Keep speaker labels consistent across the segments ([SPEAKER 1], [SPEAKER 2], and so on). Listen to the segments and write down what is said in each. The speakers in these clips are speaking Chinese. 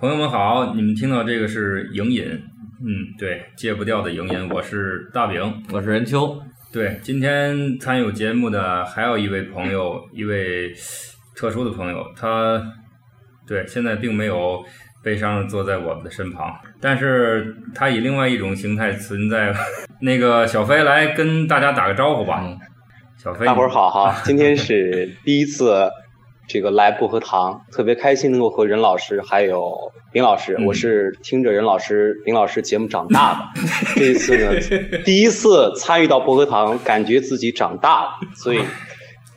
[SPEAKER 1] 朋友们好，你们听到这个是影隐，嗯，对，戒不掉的影隐，我是大饼。
[SPEAKER 2] 我是任秋，
[SPEAKER 1] 对，今天参与节目的还有一位朋友，一位特殊的朋友，他对现在并没有悲伤的坐在我们的身旁，但是他以另外一种形态存在。 那个小飞来跟大家打个招呼吧，
[SPEAKER 2] 嗯
[SPEAKER 1] 小飞，
[SPEAKER 3] 大伙儿 好哈，今天是第一次这个来薄荷堂，特别开心能够和任老师还有林老师，
[SPEAKER 1] 嗯
[SPEAKER 3] 我是听着任老师、林老师节目长大 的，这一次呢，第一次参与到薄荷堂，感觉自己长大 了，所以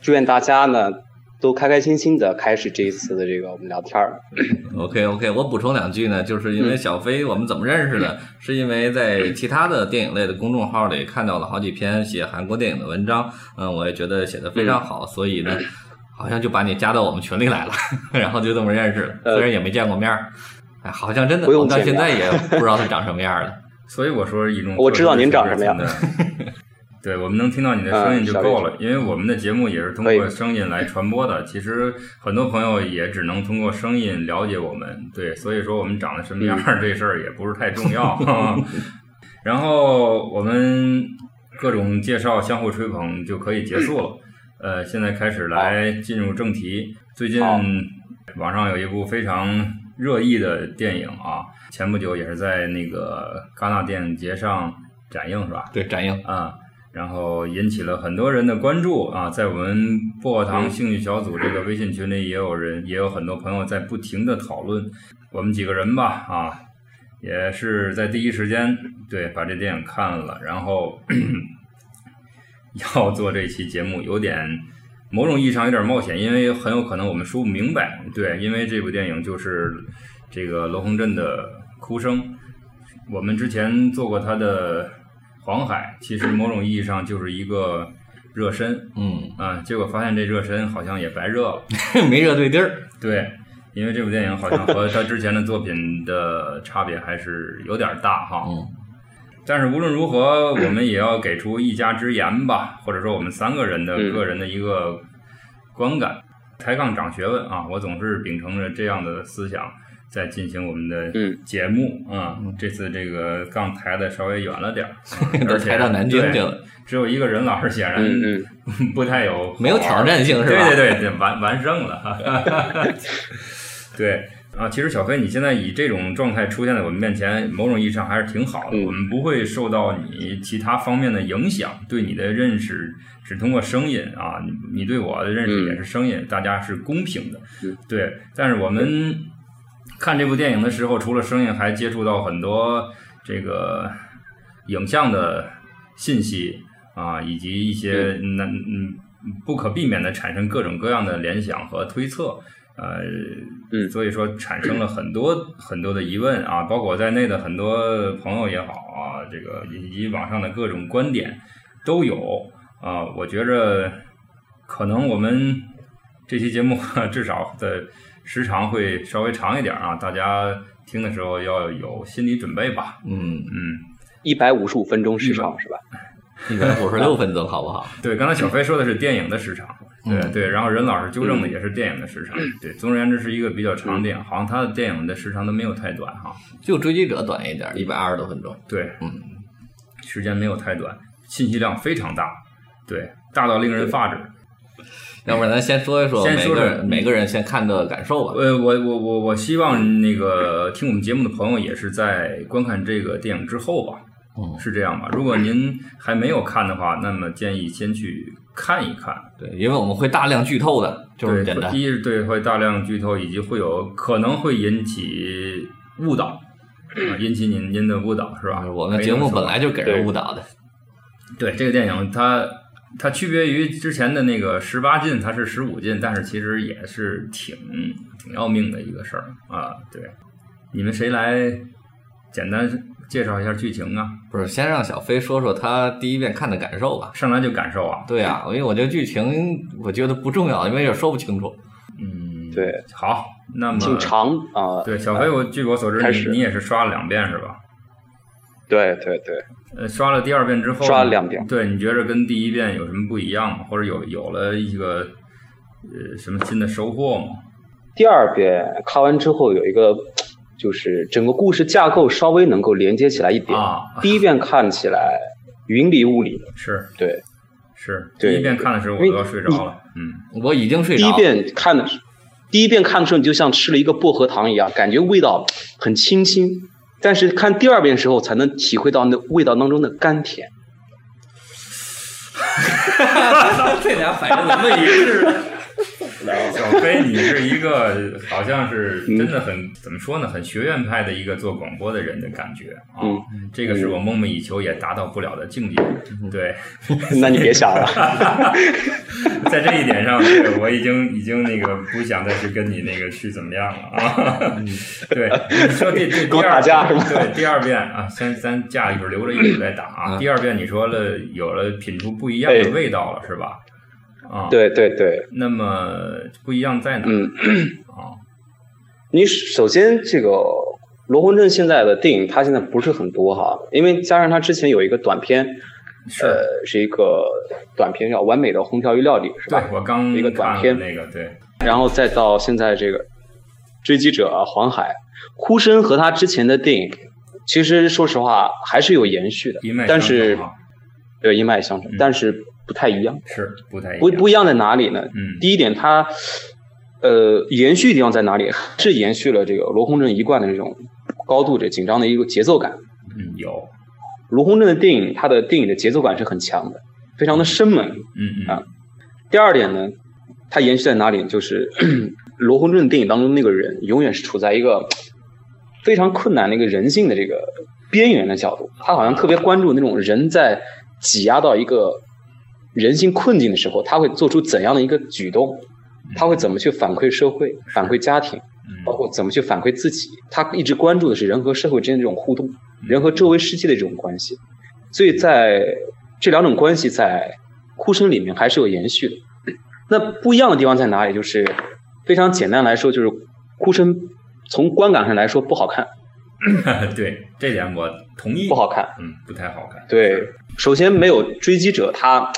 [SPEAKER 3] 祝愿大家呢都开开心心的开始这一次的这个我们聊天儿。
[SPEAKER 2] OK OK，我补充两句呢，就是
[SPEAKER 1] 嗯
[SPEAKER 2] 因为小飞我们怎么认识的，是因为在其他的电影类的公众号里看到了好几篇写韩国电影的文章，嗯，我也觉得写的非
[SPEAKER 1] 嗯
[SPEAKER 2] 常好，所以呢，好像就把你加到我们群里来了， 然后就这么认识了，
[SPEAKER 3] 呃
[SPEAKER 2] 虽然也没见过面儿，哎，好像真的，
[SPEAKER 3] 不用
[SPEAKER 2] 我到
[SPEAKER 3] 见
[SPEAKER 2] 现
[SPEAKER 3] 面
[SPEAKER 2] 在也不知道他长什么样儿了。
[SPEAKER 1] 所以我说一种
[SPEAKER 3] 我知道您长什么样嗯
[SPEAKER 1] 特殊的 形式对，我们能听到你的声音就够了，因为我们的节目也是通过声音来传播的。其实很多朋友也只能通过声音了解我们，对，所以说我们长得什么样
[SPEAKER 3] 嗯
[SPEAKER 1] 儿这事儿也不是太重要。 然后我们各种介绍、相互吹捧就可以结束了。呃，现在开始来进入正题。最近
[SPEAKER 3] 好
[SPEAKER 1] 网上有一部非常热议的电影啊，前不久也是在那个戛纳电影节上展映，是吧？
[SPEAKER 2] 对，展映，
[SPEAKER 1] 啊，然后引起了很多人的关注啊，在我们薄荷糖兴趣小组这个微信群里，也有人，也有很多朋友在不停的讨论。我们几个人吧，啊，也是在第一时间对把这电影看了，然后 要做这期节目，有点某种意义上有点冒险，因为很有可能我们说不明白。对，因为这部电影就是这个罗红镇的哭声。我们之前做过他的《黄海》，其实某种意义上就是一个热身
[SPEAKER 2] 嗯，
[SPEAKER 1] 啊，结果发现这热身好像也白热了。
[SPEAKER 2] 没热对地儿，
[SPEAKER 1] 对，因为这部电影好像和他之前的作品的差别还是有点大哈。
[SPEAKER 2] 嗯，
[SPEAKER 1] 但是无论如何，我们也要给出一家之言吧，或者说我们三个人的
[SPEAKER 3] 嗯
[SPEAKER 1] 个人的一个观感。抬杠长学问啊，我总是秉承着这样的思想在进行我们的
[SPEAKER 3] 嗯
[SPEAKER 1] 节目啊。这次这个杠抬的稍微远了点儿，
[SPEAKER 2] 都
[SPEAKER 1] 而且
[SPEAKER 2] 抬到南京去
[SPEAKER 1] 对
[SPEAKER 2] 了，
[SPEAKER 1] 只有一个人，老师显然
[SPEAKER 3] 嗯嗯，
[SPEAKER 1] 不太有
[SPEAKER 2] 没有挑战性是吧？
[SPEAKER 1] 对对对，完完胜了。 对啊，其实小飞，你现在以这种状态出现在我们面前，某种意义上还是挺好的。
[SPEAKER 3] 嗯
[SPEAKER 1] 我们不会受到你其他方面的影响，对你的认识只通过声音啊，你你对我的认识
[SPEAKER 3] 嗯
[SPEAKER 1] 也是声音，大家是公平的。
[SPEAKER 3] 嗯
[SPEAKER 1] 对，但是我们看这部电影的时候，除了声音，还接触到很多这个影像的信息啊，以及一些难嗯不可避免的产生各种各样的联想和推测，呃，
[SPEAKER 3] 嗯
[SPEAKER 1] 所以说产生了很多很多的疑问啊，包括我在内的很多朋友也好啊，这个以及网上的各种观点都有啊，我觉着可能我们这期节目 至少的时长会稍微长一点啊，大家听的时候要有心理准备吧，
[SPEAKER 2] 嗯，
[SPEAKER 1] 嗯。
[SPEAKER 3] 一百五十五分钟时长是吧？
[SPEAKER 2] 一百五十六分钟好不好？
[SPEAKER 1] 对，刚才小飞说的是电影的时长，对、
[SPEAKER 2] 嗯
[SPEAKER 1] 对，然后任老师纠正的也是电影的时长，对。总而言之，是一个比较长的电影，好像他的电影的时长都没有太短哈。
[SPEAKER 2] 就追击者短一点，一百二十多分钟。
[SPEAKER 1] 对，
[SPEAKER 2] 嗯，
[SPEAKER 1] 时间没有太短，信息量非常大，对，大到令人发指。
[SPEAKER 2] 要不然咱先说一说
[SPEAKER 1] 先
[SPEAKER 2] 每
[SPEAKER 1] 说
[SPEAKER 2] 个
[SPEAKER 1] 说
[SPEAKER 2] 人每个人先看的感受吧。
[SPEAKER 1] 呃，我我我我希望那个听我们节目的朋友也是在观看这个电影之后吧，
[SPEAKER 2] 嗯，
[SPEAKER 1] 是这样吧？如果您还没有看的话，那么建议先去看一看。
[SPEAKER 2] 对，因为我们会大量剧透的，就
[SPEAKER 1] 对，
[SPEAKER 2] 是简单
[SPEAKER 1] 第。一是对会大量剧透，以及会有可能会引起误 导，啊引起您您的误导是吧？
[SPEAKER 2] 啊哎我们节目本
[SPEAKER 1] 来。
[SPEAKER 2] 来就给人误导的，
[SPEAKER 1] 对这个电影它，它区别于之前的那个十八禁，它是十五禁，但是其实也是挺挺要命的一个事儿啊。对，你们谁来简单介绍一下剧情啊？
[SPEAKER 2] 不是先让小飞说说他第一遍看的感受吧。
[SPEAKER 1] 上来就感受啊？
[SPEAKER 2] 对啊，因为我觉得剧情我觉得不重要，因为也说不清楚。
[SPEAKER 1] 嗯，
[SPEAKER 3] 对，
[SPEAKER 1] 好，那么
[SPEAKER 3] 挺长啊、
[SPEAKER 1] 嗯对小飞，我据我所知，
[SPEAKER 3] 开
[SPEAKER 1] 你
[SPEAKER 3] 始
[SPEAKER 1] 你也是刷了两遍是吧？
[SPEAKER 3] 对对对，
[SPEAKER 1] 呃，刷了第二遍之后，
[SPEAKER 3] 刷了两遍
[SPEAKER 1] 对你觉着跟第一遍有什么不一样吗？或者有有了一个呃什么新的收获吗？
[SPEAKER 3] 第二遍看完之后有一个就是整个故事架构稍微能够连接起来一点。
[SPEAKER 1] 啊，
[SPEAKER 3] 第一遍看起来云里雾里的，
[SPEAKER 1] 是
[SPEAKER 3] 对，
[SPEAKER 1] 是，第
[SPEAKER 3] 对
[SPEAKER 1] 一遍看的时候我
[SPEAKER 3] 因
[SPEAKER 1] 都
[SPEAKER 3] 为
[SPEAKER 1] 要睡着了，嗯，
[SPEAKER 2] 我已经睡
[SPEAKER 3] 第
[SPEAKER 2] 着
[SPEAKER 3] 一
[SPEAKER 2] 了。
[SPEAKER 3] 遍看的时候，第一遍看的时候，你就像吃了一个薄荷糖一样，感觉味道很清新。但是看第二遍的时候，才能体会到那味道当中的甘 甜。
[SPEAKER 2] 这俩反应怎么 一致？
[SPEAKER 1] 小飞，你是一个好像是
[SPEAKER 3] 嗯
[SPEAKER 1] 真的很怎么说呢，很学院派的一个做广播的人的感觉啊，
[SPEAKER 3] 嗯
[SPEAKER 1] 这个是我梦寐以求也达到不了的境界。对，
[SPEAKER 3] 那你别想了，
[SPEAKER 1] 在这一点上，对我已经已经那个不想再去跟你那个去怎么样了啊。对，你说第 第
[SPEAKER 3] 跟
[SPEAKER 1] 第
[SPEAKER 3] 我
[SPEAKER 1] 二
[SPEAKER 3] 嗯打架是吗
[SPEAKER 1] 对，第二遍啊，先咱架一会儿留着一会儿再打啊。
[SPEAKER 2] 嗯
[SPEAKER 1] 第二遍你说了有了品出不一样的
[SPEAKER 3] 哎
[SPEAKER 1] 味道了是吧？啊，。
[SPEAKER 3] 对对对，
[SPEAKER 1] 那么不一样在哪？
[SPEAKER 3] 嗯，
[SPEAKER 1] 啊，
[SPEAKER 3] 你首先这个罗红正现在的电影，他现在不是很多哈，因为加上他之前有一个短片，
[SPEAKER 1] 是。
[SPEAKER 3] 呃，是一个短片叫《完美的红条鱼料理》，是吧
[SPEAKER 1] 对，？我刚
[SPEAKER 3] 哎一个短
[SPEAKER 1] 看了
[SPEAKER 3] 片
[SPEAKER 1] 那个，对，
[SPEAKER 3] 然后再到现在这个追击者啊黄海，呼声和他之前的电影，其实说实话还是有延续的
[SPEAKER 1] 一脉，
[SPEAKER 3] 但
[SPEAKER 1] 相
[SPEAKER 3] 是
[SPEAKER 1] 承啊
[SPEAKER 3] 对一脉相承
[SPEAKER 1] 嗯，
[SPEAKER 3] 但是不太一样。
[SPEAKER 1] 是不太一样。
[SPEAKER 3] 不不一样在哪里呢？
[SPEAKER 1] 嗯，
[SPEAKER 3] 第一点，它呃延续的地方在哪里？ 是延续了这个罗洪正一贯的这种高度的紧张的一个节奏感。
[SPEAKER 1] 嗯有，
[SPEAKER 3] 罗洪正的电影，他的电影的节奏感是很强的，非常的生猛，
[SPEAKER 1] 嗯嗯
[SPEAKER 3] 啊第二点呢，它延续在哪里？就是 罗洪正的电影当中那个人，永远是处在一个非常困难的一个人性的这个边缘的角度。他好像特别关注那种人在挤压到一个人性困境的时候，他会做出怎样的一个举动？他会怎么去反馈社会、反馈家庭，
[SPEAKER 1] 嗯
[SPEAKER 3] 包括怎么去反馈自己？他一直关注的是人和社会之间的这种互动，人和周围世界的这种关系。所以在这两种关系在哭声里面还是有延续的。那不一样的地方在哪里？就是非常简单来说，就是哭声从观感上来说不好看，
[SPEAKER 1] 嗯， 对，这点我同意。
[SPEAKER 3] 不好，看。
[SPEAKER 1] 嗯，不太好看。
[SPEAKER 3] 对，首先没有追击者他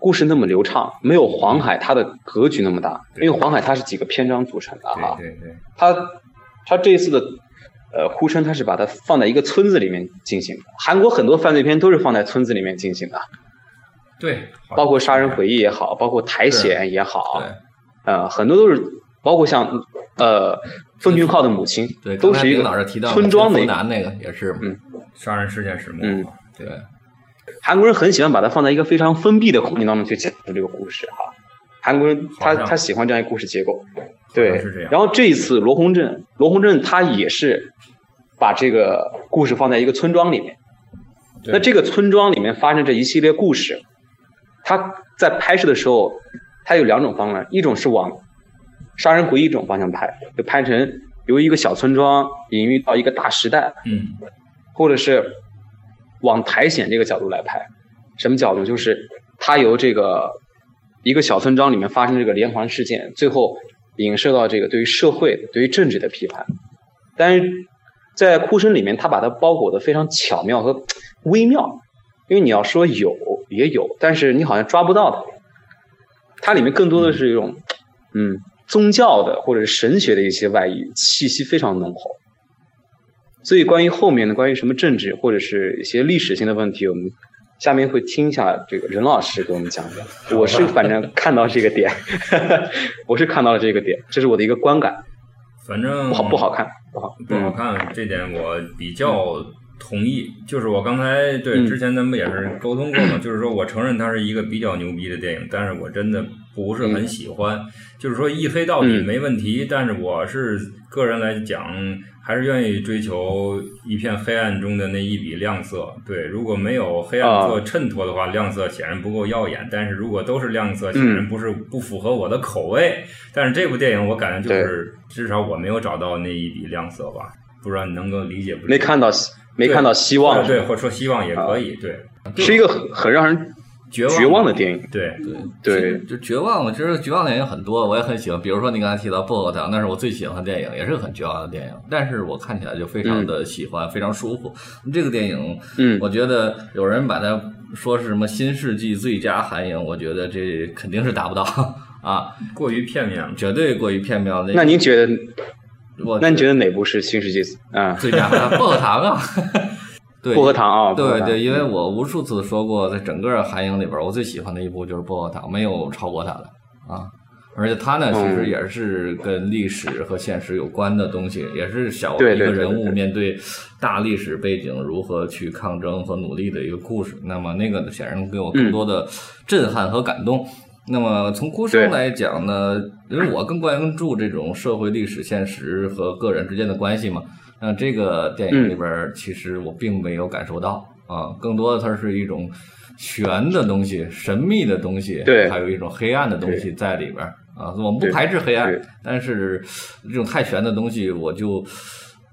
[SPEAKER 3] 故事那么流畅，没有黄海他的格局那么大，因
[SPEAKER 1] 对
[SPEAKER 3] 为黄海它是几个篇章组成的啊哈。
[SPEAKER 1] 对对对，
[SPEAKER 3] 他他这一次的呃呼声，他是把它放在一个村子里面进行的。韩国很多犯罪片都是放在村子里面进行的，
[SPEAKER 1] 对，好
[SPEAKER 3] 包括《杀人回忆》也好，包括《苔藓》也好，
[SPEAKER 2] 对
[SPEAKER 3] 呃，很多都是包括像呃奉俊昊的母亲，
[SPEAKER 2] 对，
[SPEAKER 3] 都
[SPEAKER 2] 刚才
[SPEAKER 3] 是一
[SPEAKER 2] 丁老
[SPEAKER 3] 个
[SPEAKER 2] 师提到
[SPEAKER 3] 村庄的
[SPEAKER 2] 的
[SPEAKER 3] 一个
[SPEAKER 2] 南那个也是嘛，
[SPEAKER 3] 嗯
[SPEAKER 1] 杀人事件始末
[SPEAKER 3] 嗯
[SPEAKER 1] 嘛。
[SPEAKER 2] 对，
[SPEAKER 3] 韩国人很喜欢把它放在一个非常封闭的空间当中去讲述这个故事哈。韩国人
[SPEAKER 1] 好
[SPEAKER 3] 他
[SPEAKER 1] 像
[SPEAKER 3] 他喜欢这样一个故事结构，
[SPEAKER 1] 好
[SPEAKER 3] 对
[SPEAKER 1] 像是这样。
[SPEAKER 3] 然后这一次罗洪镇，罗洪镇他也是把这个故事放在一个村庄里面。
[SPEAKER 1] 对
[SPEAKER 3] 那这个村庄里面发生这一系列故事，他在拍摄的时候，他有两种方案，一种是往《杀人回忆》这种方向拍，就拍成由一个小村庄隐喻到一个大时代，
[SPEAKER 1] 嗯
[SPEAKER 3] 或者是往苔藓这个角度来拍。什么角度？就是它由这个一个小村庄里面发生这个连环事件，最后影射到这个对于社会的、对于政治的批判。但是在哭声里面，它把它包裹的非常巧妙和微妙，因为你要说有也有，但是你好像抓不到它。它里面更多的是一种，嗯，宗教的或者是神学的一些外衣气息非常浓厚。所以关于后面的关于什么政治或者是一些历史性的问题，我们下面会听一下这个任老师给我们讲讲。我是反正看到这个点， 我是看到了这个点，这是我的一个观感，
[SPEAKER 1] 反正
[SPEAKER 3] 不
[SPEAKER 2] 嗯
[SPEAKER 3] 好不好看，不好，
[SPEAKER 1] 不好
[SPEAKER 3] 嗯，
[SPEAKER 1] 看，这点我比较同意。就是我刚才对
[SPEAKER 3] 嗯
[SPEAKER 1] 之前咱们也是沟通过嘛，就是说我承认它是一个比较牛逼的电影，但是我真的不是很喜欢。就是说一黑到底
[SPEAKER 3] 嗯
[SPEAKER 1] 没问题，但是我是个人来讲，还是愿意追求一片黑暗中的那一笔亮色。对，如果没有黑暗
[SPEAKER 3] 啊
[SPEAKER 1] 做衬托的话，亮色显然不够耀眼。但是如果都是亮色，
[SPEAKER 3] 嗯
[SPEAKER 1] 显然不是不符合我的口味。但是这部电影我感觉就是，至少我没有找到那一笔亮色吧，不知道你能够理解不理解？
[SPEAKER 3] 没看到没看到希望，
[SPEAKER 1] 对，或者说希望也可以，对，
[SPEAKER 3] 是一个很很让人
[SPEAKER 1] 绝望
[SPEAKER 3] 绝望的电影，
[SPEAKER 1] 对，
[SPEAKER 3] 对
[SPEAKER 2] 就绝望。我其实绝望电影很多，我也很喜欢。比如说你刚才提到《薄荷糖》，那是我最喜欢的电影，也是很绝望的电影。但是我看起来就非常的喜欢，非常舒服。这个电影，
[SPEAKER 3] 嗯
[SPEAKER 2] 我觉得有人把它说是什么新世纪最佳韩影，我觉得这肯定是达不到啊，
[SPEAKER 1] 过于片面了。
[SPEAKER 2] 绝对过于片面了。
[SPEAKER 3] 那您觉得
[SPEAKER 2] 我
[SPEAKER 3] 那你觉得哪部是新世纪？嗯，
[SPEAKER 2] 最佳薄荷糖啊， 对
[SPEAKER 3] 薄荷糖啊，薄荷
[SPEAKER 2] 对
[SPEAKER 3] 糖
[SPEAKER 2] 对，因为我无数次说过，在整个韩影里边，我最喜欢的一部就是薄荷糖，没有超过它的啊。而且它呢，其实
[SPEAKER 3] 嗯
[SPEAKER 2] 也是跟历史和现实有关的东西，也是小
[SPEAKER 3] 对
[SPEAKER 2] 一
[SPEAKER 3] 对
[SPEAKER 2] 个
[SPEAKER 3] 对
[SPEAKER 2] 人
[SPEAKER 3] 对
[SPEAKER 2] 物
[SPEAKER 3] 对
[SPEAKER 2] 面对大历史背景如何去抗争和努力的一个故事。那么那个显然给我
[SPEAKER 3] 嗯
[SPEAKER 2] 更多的震撼和感动。那么从哭
[SPEAKER 3] 对
[SPEAKER 2] 声来讲呢，因为我更关注这种社会历史现实和个人之间的关系嘛。那这个电
[SPEAKER 3] 嗯
[SPEAKER 2] 影里边儿，其实我并没有感受到啊，更多的它是一种玄的东西、神秘的东西，
[SPEAKER 3] 对
[SPEAKER 2] 还有一种黑暗的东西在里边儿啊。我们不排斥黑暗
[SPEAKER 3] 对，
[SPEAKER 2] 但是这种太玄的东西，我就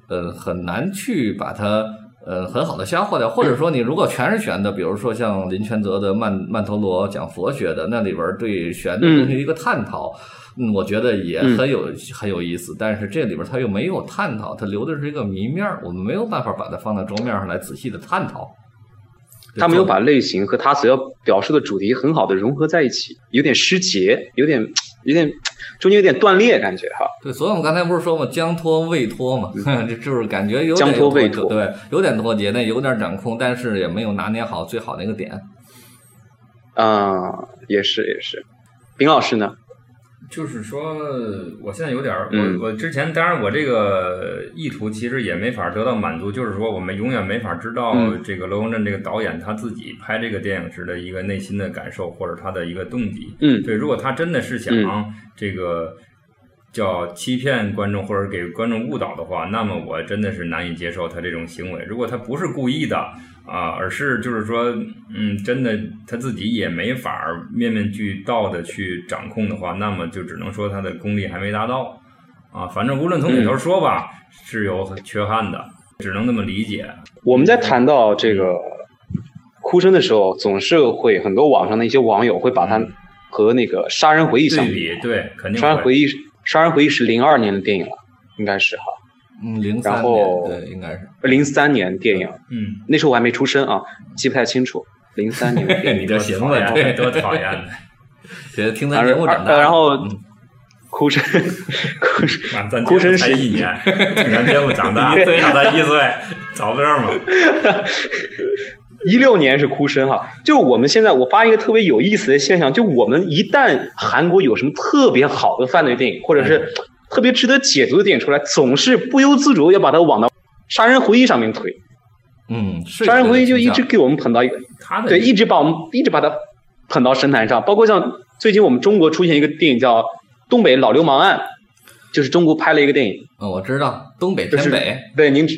[SPEAKER 2] 呃很难去把它。呃，很好的消化掉，或者说你如果全是玄的，比如说像林泉泽的《曼曼陀罗》讲佛学的，那里边儿对玄的东西一个探讨，嗯，我觉得也很有、很有意思，但是这里边它又没有探讨，它留的是一个谜面儿，我们没有办法把它放到桌面上来仔细的探讨。
[SPEAKER 3] 他没有把类型和他所要表述的主题很好的融合在一起，有点失节，有点有点中间有点断裂感觉哈。
[SPEAKER 2] 对，所以我们刚才不是说嘛，将拖未拖嘛，这 就是感觉有点
[SPEAKER 3] 将拖
[SPEAKER 2] 有
[SPEAKER 3] 未
[SPEAKER 2] 脱
[SPEAKER 3] 脱
[SPEAKER 2] 对，有点脱节，那有点掌控，但是也没有拿捏好最好那个点。
[SPEAKER 3] 啊、也是也是。丙老师呢？
[SPEAKER 1] 就是说，我现在有点儿，
[SPEAKER 3] 嗯
[SPEAKER 1] 我我之前当然我这个意图其实也没法得到满足，就是说我们永远没法知道
[SPEAKER 3] 嗯
[SPEAKER 1] 这个罗洪镇这个导演他自己拍这个电影时的一个内心的感受或者他的一个动机。
[SPEAKER 3] 嗯
[SPEAKER 1] 对，如果他真的是想
[SPEAKER 3] 嗯
[SPEAKER 1] 这个叫欺骗观众或者给观众误导的话，那么我真的是难以接受他这种行为。如果他不是故意的啊，而是就是说，嗯，真的他自己也没法儿面面俱到的去掌控的话，那么就只能说他的功力还没达到啊。反正无论从哪头说吧，是有缺憾的，只能那么理解。
[SPEAKER 3] 我们在谈到这个哭声的时候，总是会很多网上的一些网友会把它
[SPEAKER 1] 嗯
[SPEAKER 3] 和那个《杀人回忆》相
[SPEAKER 1] 对
[SPEAKER 3] 比。
[SPEAKER 1] 比对，肯定
[SPEAKER 3] 杀人
[SPEAKER 1] 会
[SPEAKER 3] 回忆》《杀人回忆》是零二年的电影了，应该是哈，
[SPEAKER 2] 嗯，零三
[SPEAKER 3] 然
[SPEAKER 2] 年，
[SPEAKER 3] 后
[SPEAKER 2] 对，应该是。
[SPEAKER 3] 零三年电影，
[SPEAKER 1] 嗯，
[SPEAKER 3] 那时候我还没出生啊，记不太清楚。零三年的电 影，
[SPEAKER 2] 你这行
[SPEAKER 1] 多
[SPEAKER 2] 了
[SPEAKER 1] 讨，
[SPEAKER 2] 对
[SPEAKER 1] 厌，多讨厌的。
[SPEAKER 2] 这听咱
[SPEAKER 3] 而
[SPEAKER 2] 节目
[SPEAKER 3] 而
[SPEAKER 2] 长大的。
[SPEAKER 3] 然后
[SPEAKER 2] 嗯
[SPEAKER 3] 哭声， 哭声，
[SPEAKER 1] 啊，咱
[SPEAKER 3] 哭
[SPEAKER 1] 节目
[SPEAKER 3] 声
[SPEAKER 1] 才
[SPEAKER 3] 是
[SPEAKER 1] 一年，咱节目长大，
[SPEAKER 3] 对
[SPEAKER 1] 大咱一岁，早不这儿嘛。
[SPEAKER 3] 一六年是哭声哈，就我们现在我发现一个特别有意思的现象，就我们一旦韩国有什么特别好的犯罪电影，或者是特别值得解读的电影出来，总是不由自主要把它往到《杀人回忆》上面推，
[SPEAKER 2] 嗯，是
[SPEAKER 3] 《
[SPEAKER 2] 有
[SPEAKER 3] 杀人
[SPEAKER 2] 这个
[SPEAKER 3] 回忆》就
[SPEAKER 2] 倾
[SPEAKER 3] 一
[SPEAKER 2] 向
[SPEAKER 3] 直给我们捧到一个，
[SPEAKER 1] 他的
[SPEAKER 3] 对，一直把我们一直把它捧到神坛上，包括像最近我们中国出现一个电影叫《东北老流氓案》，就是中国拍了一个电影，
[SPEAKER 2] 嗯，我知道东北
[SPEAKER 3] 就
[SPEAKER 2] 偏
[SPEAKER 3] 是
[SPEAKER 2] 北，
[SPEAKER 3] 对，您指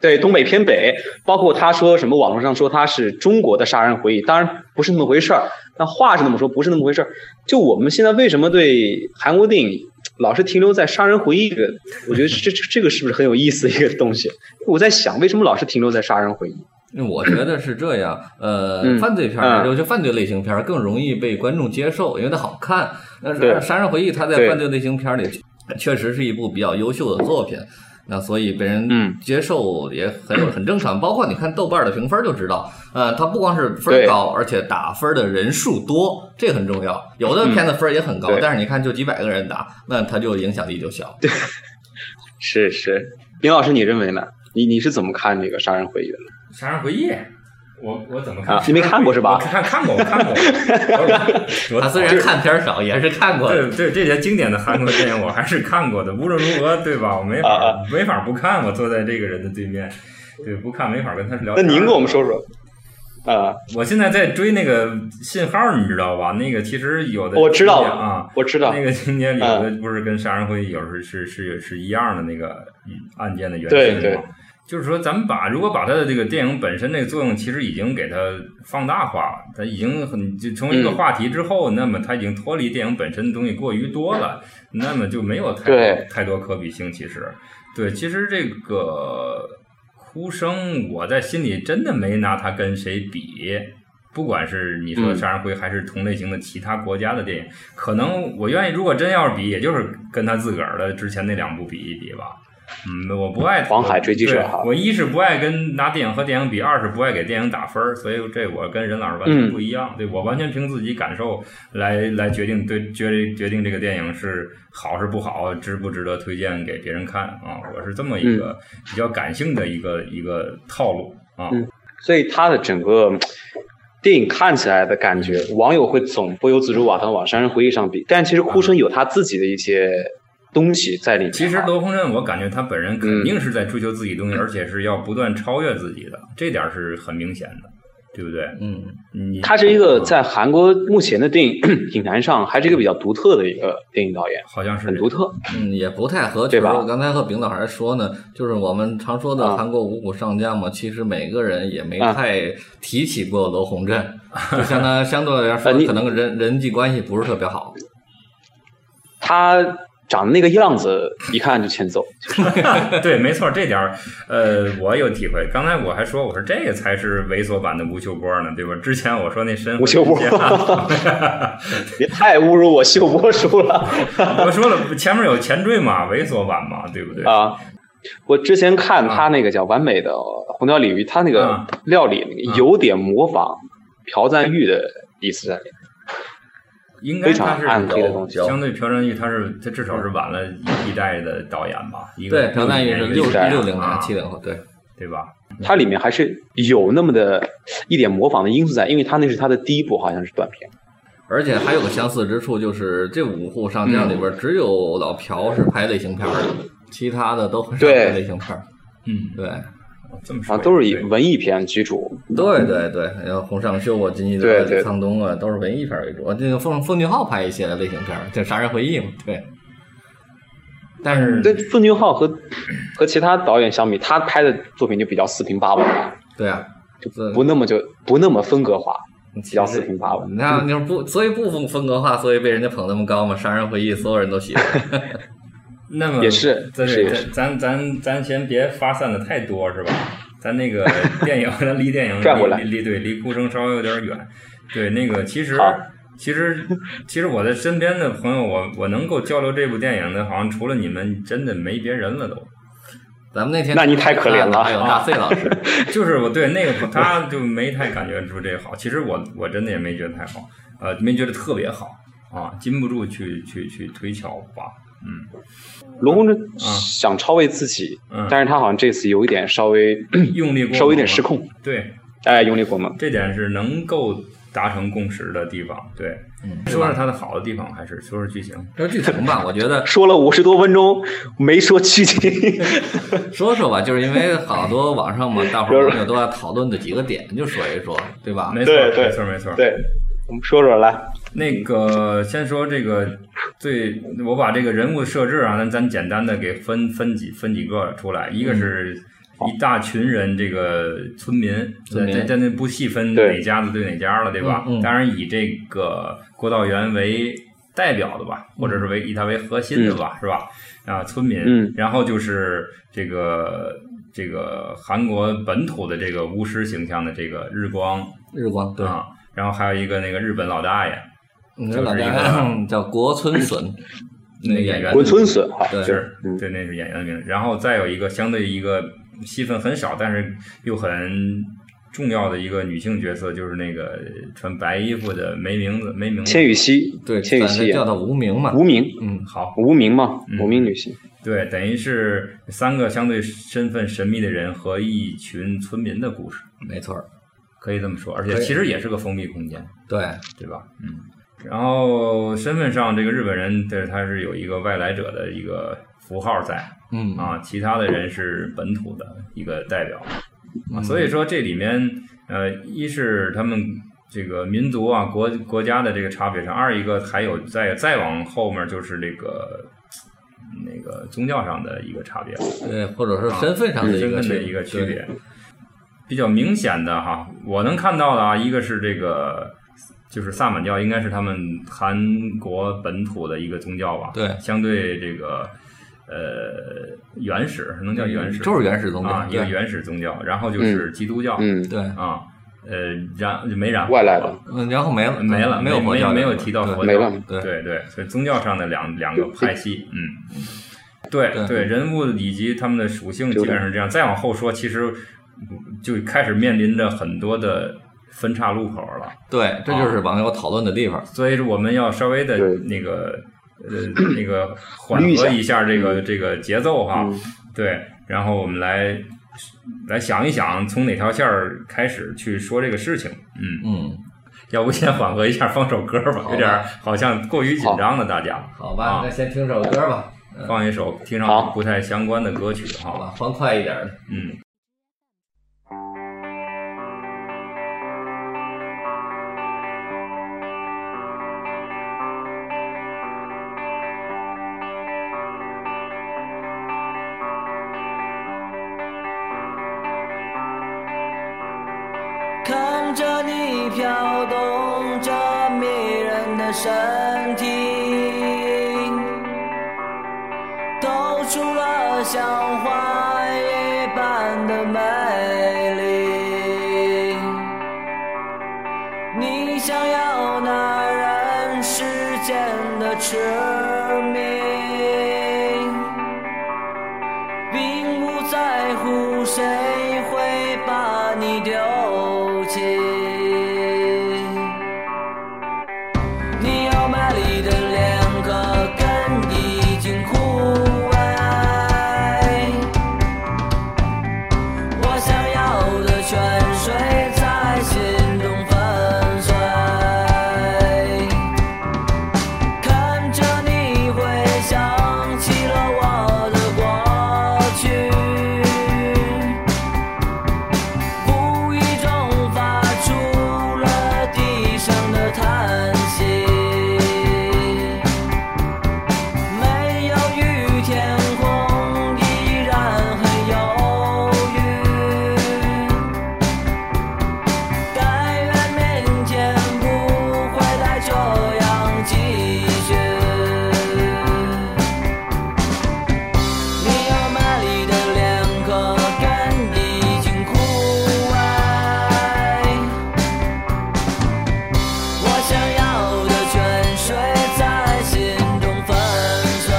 [SPEAKER 3] 对东北偏北，包括他说什么网络上说他是中国的杀人回忆，当然不是那么回事儿，但话是那么说，不是那么回事儿。就我们现在为什么对韩国电影老是停留在杀人回忆这 个，我觉得这这这个是不是很有意思的一个东西？我在想，为什么老是停留在杀人回忆？
[SPEAKER 2] 嗯我觉得是这样，呃，
[SPEAKER 3] 嗯
[SPEAKER 2] 犯罪片
[SPEAKER 3] 嗯
[SPEAKER 2] 儿，尤其犯罪类型片儿更容易被观众接受，因为它好看。但是
[SPEAKER 3] 对
[SPEAKER 2] 《杀人回忆》它在
[SPEAKER 3] 对
[SPEAKER 2] 犯罪类型片儿里确实是一部比较优秀的作品，那所以被
[SPEAKER 3] 嗯
[SPEAKER 2] 人接受也很有很正常。包括你看豆瓣儿的评分就知道，呃，它不光是分
[SPEAKER 3] 对
[SPEAKER 2] 儿高，而且打分儿的人数多，这很重要。有的片子分儿也很高
[SPEAKER 3] 嗯对，
[SPEAKER 2] 但是你看就几百个人打，那它就影响力就小。
[SPEAKER 3] 是是，林老师，你认为呢？你你是怎么看这个杀人回忆的呢？
[SPEAKER 1] 《杀人回忆》，我我怎么看
[SPEAKER 3] 啊？你没看过是吧
[SPEAKER 1] 我看看过，我看 过。我我
[SPEAKER 2] 他啊虽然看片儿少，也是看过的。
[SPEAKER 1] 对对，这些经典的韩国电影我还是看过的，无论如何，对吧？我没
[SPEAKER 3] 啊
[SPEAKER 1] 法没法不看，我坐在这个人的对面，对，不看没法跟他聊
[SPEAKER 3] 那
[SPEAKER 1] 天。
[SPEAKER 3] 您给我们说说。啊、
[SPEAKER 1] 我现在在追那个信号，你知道吧？那个其实有的
[SPEAKER 3] 哦我知道
[SPEAKER 1] 情节啊，
[SPEAKER 3] 我知道嗯
[SPEAKER 1] 那，个情节里有的不是跟杀人回忆有时是是是一样的那个嗯案件的原
[SPEAKER 3] 对
[SPEAKER 1] 因
[SPEAKER 3] 对
[SPEAKER 1] 吗？就是说，咱们把如果把它的这个电影本身这个作用，其实已经给它放大化，它已经很就成为一个
[SPEAKER 3] 嗯
[SPEAKER 1] 话题之后，那么它已经脱离电影本身的东西过于多了，那么就没有太
[SPEAKER 3] 对
[SPEAKER 1] 多太多可比性。其实，对，其实这个哭声，我在心里真的没拿它跟谁比。不管是你说
[SPEAKER 3] 嗯
[SPEAKER 1] 《杀人回忆》还是同类型的其他国家的电影，可能我愿意，如果真要是比，也就是跟他自个儿的之前那两部比一比吧。嗯，我不爱
[SPEAKER 3] 黄海追击者
[SPEAKER 1] 对
[SPEAKER 3] 哈
[SPEAKER 1] 我一是不爱跟拿电影和电影比，二是不爱给电影打分儿，所以这我跟任老师完
[SPEAKER 3] 嗯
[SPEAKER 1] 全不一样。对我完全凭自己感受来来决定，对决决定这个电影是好是不好，值不值得推荐给别人看啊？我是这么一个比较感性的一个、一个套路啊。
[SPEAKER 3] 嗯所以它的整个嗯电影看起来的感觉，网友会总不由自主把它往《杀人回忆》上比，但其实哭声有他自己的一些东西在里面啊。
[SPEAKER 1] 其实罗红镇，我感觉他本人肯定是在追求自己东西，
[SPEAKER 3] 嗯
[SPEAKER 1] 而且是要不断超越自己的，这点儿是很明显的，对不对？
[SPEAKER 2] 嗯，
[SPEAKER 1] 你嗯
[SPEAKER 3] 他是一个在韩国目前的电影嗯影坛上还是一个比较独特的一个电影导演，
[SPEAKER 1] 好像是
[SPEAKER 3] 很独特。
[SPEAKER 2] 嗯，也不太合
[SPEAKER 3] 对
[SPEAKER 2] 群。
[SPEAKER 3] 吧
[SPEAKER 2] 我刚才和丙导还说呢，就是我们常说的
[SPEAKER 3] 啊
[SPEAKER 2] 韩国五虎上将嘛，其实每个人也没
[SPEAKER 3] 啊
[SPEAKER 2] 太提起过罗红镇，就相当相对 来说
[SPEAKER 3] 呃，你
[SPEAKER 2] 可能人人际关系不是特别好。
[SPEAKER 3] 他长得那个样子，一看就欠揍。
[SPEAKER 1] 对，没错，这点儿，呃，我有体会。刚才我还说，我说这个才是猥琐版的吴秀波呢，对吧？之前我说那身
[SPEAKER 3] 吴秀波别太侮辱我秀波叔了
[SPEAKER 1] 我说了前面有前缀嘛，猥琐版嘛，对不对？
[SPEAKER 3] 啊！我之前看他那个叫《完美的呃红椒鲤鱼》，他那个
[SPEAKER 1] 啊
[SPEAKER 3] 料理那个
[SPEAKER 1] 啊
[SPEAKER 3] 有点模仿朴赞玉的意思在里面。
[SPEAKER 1] 应该他
[SPEAKER 3] 非常暗黑的
[SPEAKER 1] 是
[SPEAKER 3] 东哦
[SPEAKER 2] 西
[SPEAKER 1] 相对朴赞玉，他是他至少是晚了一代的导演吧？一个
[SPEAKER 2] 对，朴赞玉是
[SPEAKER 1] 一个
[SPEAKER 2] 六
[SPEAKER 1] 一代啊
[SPEAKER 2] 六零年、七零后，对，
[SPEAKER 1] 对吧？
[SPEAKER 3] 它里面还是有那么的一点模仿的因素在，因为它那是它的第一部，好像是短片。
[SPEAKER 2] 而且还有个相似之处，就是这五虎上
[SPEAKER 3] 嗯
[SPEAKER 2] 将里边只有老朴是拍类型片儿的，其他的都很少
[SPEAKER 3] 对
[SPEAKER 2] 拍类型片儿。
[SPEAKER 1] 嗯，
[SPEAKER 2] 对，
[SPEAKER 1] 这么说
[SPEAKER 3] 啊，
[SPEAKER 1] 也
[SPEAKER 3] 都是以
[SPEAKER 1] 对
[SPEAKER 3] 文艺片居主。
[SPEAKER 2] 对对对，然后洪尚秀啊、金基德
[SPEAKER 3] 对
[SPEAKER 2] 啊、
[SPEAKER 3] 对
[SPEAKER 2] 李沧东啊，都是文艺片儿为主。这个奉奉俊昊拍一些类型片儿，就《杀人回忆》嘛，对。但是
[SPEAKER 3] 嗯对，奉俊昊和和其他导演相比，他拍的作品就比较四平八稳了，
[SPEAKER 2] 对啊，这
[SPEAKER 3] 不那么就不那么风格化，比
[SPEAKER 2] 比
[SPEAKER 3] 较四平八稳。
[SPEAKER 2] 你看，就是不，所以不分风格化，所以被人家捧那么高嘛，《杀人回忆》所有人都喜欢。
[SPEAKER 1] 那么
[SPEAKER 3] 也是
[SPEAKER 1] 对
[SPEAKER 3] 是也
[SPEAKER 1] 咱
[SPEAKER 3] 是
[SPEAKER 1] 咱咱咱先别发散的太多是吧？咱那 个电影，咱离电影
[SPEAKER 3] 拽回来
[SPEAKER 1] 离离对离哭声稍微有点远。对，那个其实
[SPEAKER 3] 好
[SPEAKER 1] 其实其实我的身边的朋友，我我能够交流这部电影的，好像除了你们，真的没别人了都。
[SPEAKER 2] 咱们那天
[SPEAKER 3] 那你太可怜了
[SPEAKER 2] 还有大穗 老师，
[SPEAKER 1] 就是我对那个朋他就没太感觉出这个好，其实我我真的也没觉得太好，呃，没觉得特别好啊，禁不住去去去推敲吧。嗯
[SPEAKER 3] 罗红镇
[SPEAKER 2] 嗯
[SPEAKER 3] 想超越自己，
[SPEAKER 1] 嗯，
[SPEAKER 3] 但是他好像这次有一点稍微
[SPEAKER 2] 嗯
[SPEAKER 1] 用力过猛
[SPEAKER 3] 稍微有
[SPEAKER 1] 了
[SPEAKER 3] 点失控，
[SPEAKER 1] 对，
[SPEAKER 3] 哎，用力过猛。
[SPEAKER 1] 这点是能够达成共识的地方。对，
[SPEAKER 2] 嗯，
[SPEAKER 1] 说说它的好的地方，还是说说剧情？
[SPEAKER 2] 说剧情吧，我觉得
[SPEAKER 3] 说了五十多分钟，没说剧 情。
[SPEAKER 2] 说说吧，就是因为好多网上嘛，大伙
[SPEAKER 3] 就
[SPEAKER 2] 儿
[SPEAKER 3] 是
[SPEAKER 2] 网友都在讨论的几个点，就说一说，对吧？
[SPEAKER 1] 没错，
[SPEAKER 3] 对对
[SPEAKER 1] 没错，没错。
[SPEAKER 3] 对，我们说说来，
[SPEAKER 1] 那个先说这个最，我把这个人物设置啊，咱咱简单的给分分几分几个出来，一个
[SPEAKER 2] 嗯
[SPEAKER 1] 是。一大群人，这个村民，
[SPEAKER 2] 村民
[SPEAKER 1] 这这那不细分
[SPEAKER 3] 对
[SPEAKER 1] 哪家的对哪家了，对吧？
[SPEAKER 2] 嗯嗯
[SPEAKER 1] 当然以这个郭道元为代表的吧，
[SPEAKER 2] 嗯
[SPEAKER 1] 或者是为以他为核心的吧，是吧？啊，村民，
[SPEAKER 3] 嗯
[SPEAKER 1] 然后就是这个这个韩国本土的这个巫师形象的这个日光
[SPEAKER 2] 日光对，
[SPEAKER 1] 啊，然后还有一个那个日本老大爷，
[SPEAKER 2] 你
[SPEAKER 1] 就是
[SPEAKER 2] 说老
[SPEAKER 1] 一
[SPEAKER 2] 家 叫国 村隼，那个演员
[SPEAKER 3] 滚村隼哈，
[SPEAKER 2] 对
[SPEAKER 3] 就是嗯
[SPEAKER 1] 对，那是演员的名字。然后再有一个相对一个戏份很少，但是又很重要的一个女性角色，就是那个穿白衣服的没名字没名字
[SPEAKER 3] 千。羽熙，
[SPEAKER 2] 对，
[SPEAKER 3] 千羽
[SPEAKER 2] 咱
[SPEAKER 3] 熙
[SPEAKER 1] 啊
[SPEAKER 2] 就
[SPEAKER 3] 演
[SPEAKER 2] 叫
[SPEAKER 3] 的
[SPEAKER 2] 他无名嘛。
[SPEAKER 3] 无名，
[SPEAKER 2] 嗯，
[SPEAKER 1] 好，
[SPEAKER 3] 无名嘛
[SPEAKER 1] 嗯，
[SPEAKER 3] 无名女性。
[SPEAKER 1] 对，等于是三个相对身份神秘的人和一群村民的故事，
[SPEAKER 2] 没错儿，
[SPEAKER 1] 可以这么说。而且
[SPEAKER 2] 可以
[SPEAKER 1] 其实也是个封闭空间，
[SPEAKER 2] 对，
[SPEAKER 1] 对吧？嗯。然后身份上，这个日本人，对，他是有一个外来者的一个符号在，
[SPEAKER 2] 嗯，
[SPEAKER 1] 啊，其他的人是本土的一个代表啊，
[SPEAKER 2] 嗯
[SPEAKER 1] 所以说这里面呃，一是他们这个民族啊、国国家的这个差别上，二一个还有再再往后面就是这个那个宗教上的一个差别了，
[SPEAKER 2] 对，呃或者说身份上的一
[SPEAKER 1] 身
[SPEAKER 2] 个
[SPEAKER 1] 啊份的一个区别，比较明显的哈，我能看到的啊，一个是这个。就是萨满教应该是他们韩国本土的一个宗教吧，
[SPEAKER 2] 对
[SPEAKER 1] 相对这个呃原始，能叫
[SPEAKER 2] 对，
[SPEAKER 1] 原始，
[SPEAKER 2] 嗯就是原始宗
[SPEAKER 1] 啊
[SPEAKER 2] 教，，
[SPEAKER 1] 一个
[SPEAKER 2] 对
[SPEAKER 1] 原始宗教，然后就是基督教，
[SPEAKER 3] 嗯，
[SPEAKER 2] 对，
[SPEAKER 1] 啊，呃，然没然后
[SPEAKER 3] 外来的
[SPEAKER 2] 嗯，然后没了，
[SPEAKER 1] 没了，
[SPEAKER 2] 没
[SPEAKER 1] 没
[SPEAKER 2] 有佛
[SPEAKER 1] 没
[SPEAKER 2] 教
[SPEAKER 1] 有
[SPEAKER 2] 这
[SPEAKER 1] 没
[SPEAKER 2] 个
[SPEAKER 1] 有
[SPEAKER 2] 部分
[SPEAKER 1] 提到
[SPEAKER 2] 对
[SPEAKER 1] 佛
[SPEAKER 3] 没
[SPEAKER 1] 教
[SPEAKER 3] 了，
[SPEAKER 2] 对
[SPEAKER 1] 对对，所以宗教上的两两个派系，嗯，对
[SPEAKER 2] 对
[SPEAKER 1] 对，人物以及他们的属性
[SPEAKER 3] 就
[SPEAKER 1] 基本上是这样。再往后说，其实就开始面临着很多的分岔路口了，
[SPEAKER 2] 对，这
[SPEAKER 1] 啊
[SPEAKER 2] 就是网友讨论的地方。
[SPEAKER 1] 所以我们要稍微的
[SPEAKER 3] 对
[SPEAKER 1] 那个呃那 个缓
[SPEAKER 3] 捋一
[SPEAKER 1] 和
[SPEAKER 3] 下
[SPEAKER 1] 一下这个这个节奏哈。
[SPEAKER 3] 嗯
[SPEAKER 1] 对，然后我们来来想一想，从哪条线儿开始去说这个事情。嗯，
[SPEAKER 2] 嗯，
[SPEAKER 1] 要不先缓和一下，放首歌吧，
[SPEAKER 2] 好
[SPEAKER 1] 有点儿好像过于紧张了，大家
[SPEAKER 2] 好吧，
[SPEAKER 1] 啊
[SPEAKER 2] 那先听首歌吧，
[SPEAKER 1] 放一首听上
[SPEAKER 3] 好
[SPEAKER 1] 去不太相关的歌曲
[SPEAKER 2] 好
[SPEAKER 1] 哈。
[SPEAKER 2] 吧，欢快一点的。
[SPEAKER 1] 嗯。
[SPEAKER 4] 看着你飘动着迷人的身体，透出了像花一般的美丽。你想要那人世间的痴迷。并不在乎谁会把你丢弃。你有美丽的脸和根已经枯萎，我想要的泉水在心中粉碎。看着你，回想起了我的过去，无意中发出了低声的叹息。没有雨，天空依然很忧郁。但愿明天不会再这样继续。你有美丽的脸，可根已经枯萎。我想要的泉水在心中粉碎。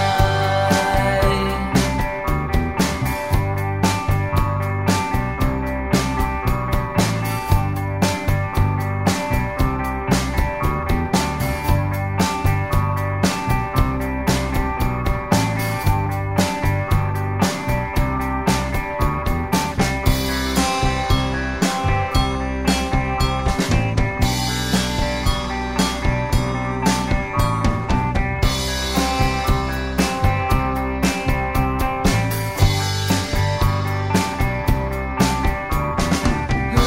[SPEAKER 4] 你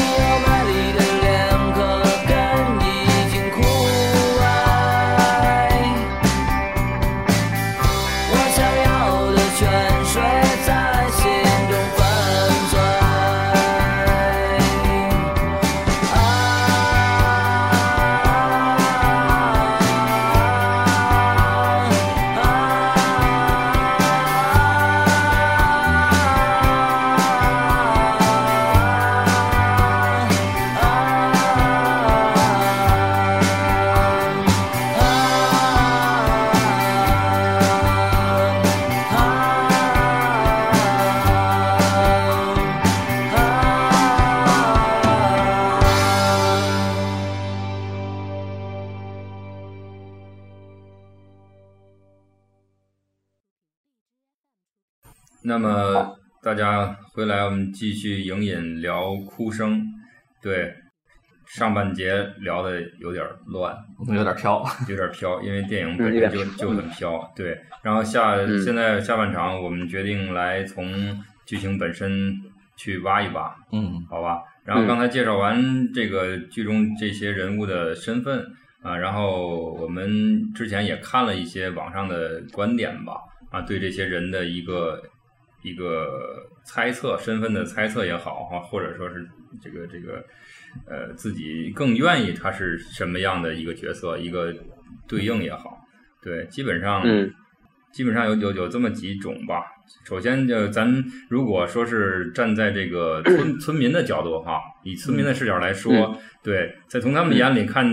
[SPEAKER 4] 有美丽的脸，可根已经枯萎。我想要的泉水在心中粉碎。啊。
[SPEAKER 1] 那么大家回来，我们继续隐隐聊哭声。对，上半节聊的有点乱，
[SPEAKER 2] 有点飘，
[SPEAKER 1] 有点飘，因为电影
[SPEAKER 3] 嗯
[SPEAKER 1] 本
[SPEAKER 3] 有
[SPEAKER 1] 身
[SPEAKER 3] 点
[SPEAKER 1] 就就很飘。对，然后下
[SPEAKER 3] 嗯
[SPEAKER 1] 现在下半场，我们决定来从剧情本身去挖一挖，
[SPEAKER 2] 嗯，
[SPEAKER 1] 好吧？然后
[SPEAKER 3] 嗯
[SPEAKER 1] 刚才介绍完这个剧中这些人物的身份啊，然后我们之前也看了一些网上的观点吧，啊，对这些人的一个一个猜测，身份的猜测也好啊，或者说是这个这个呃自己更愿意他是什么样的一个角色，一个对应也好，对，基本上
[SPEAKER 3] 嗯
[SPEAKER 1] 基本上有有有这么几种吧。首先，就咱如果说是站在这个 村村民的角度哈，以村民的视角来说，
[SPEAKER 3] 嗯
[SPEAKER 1] 对，在从他们眼里看、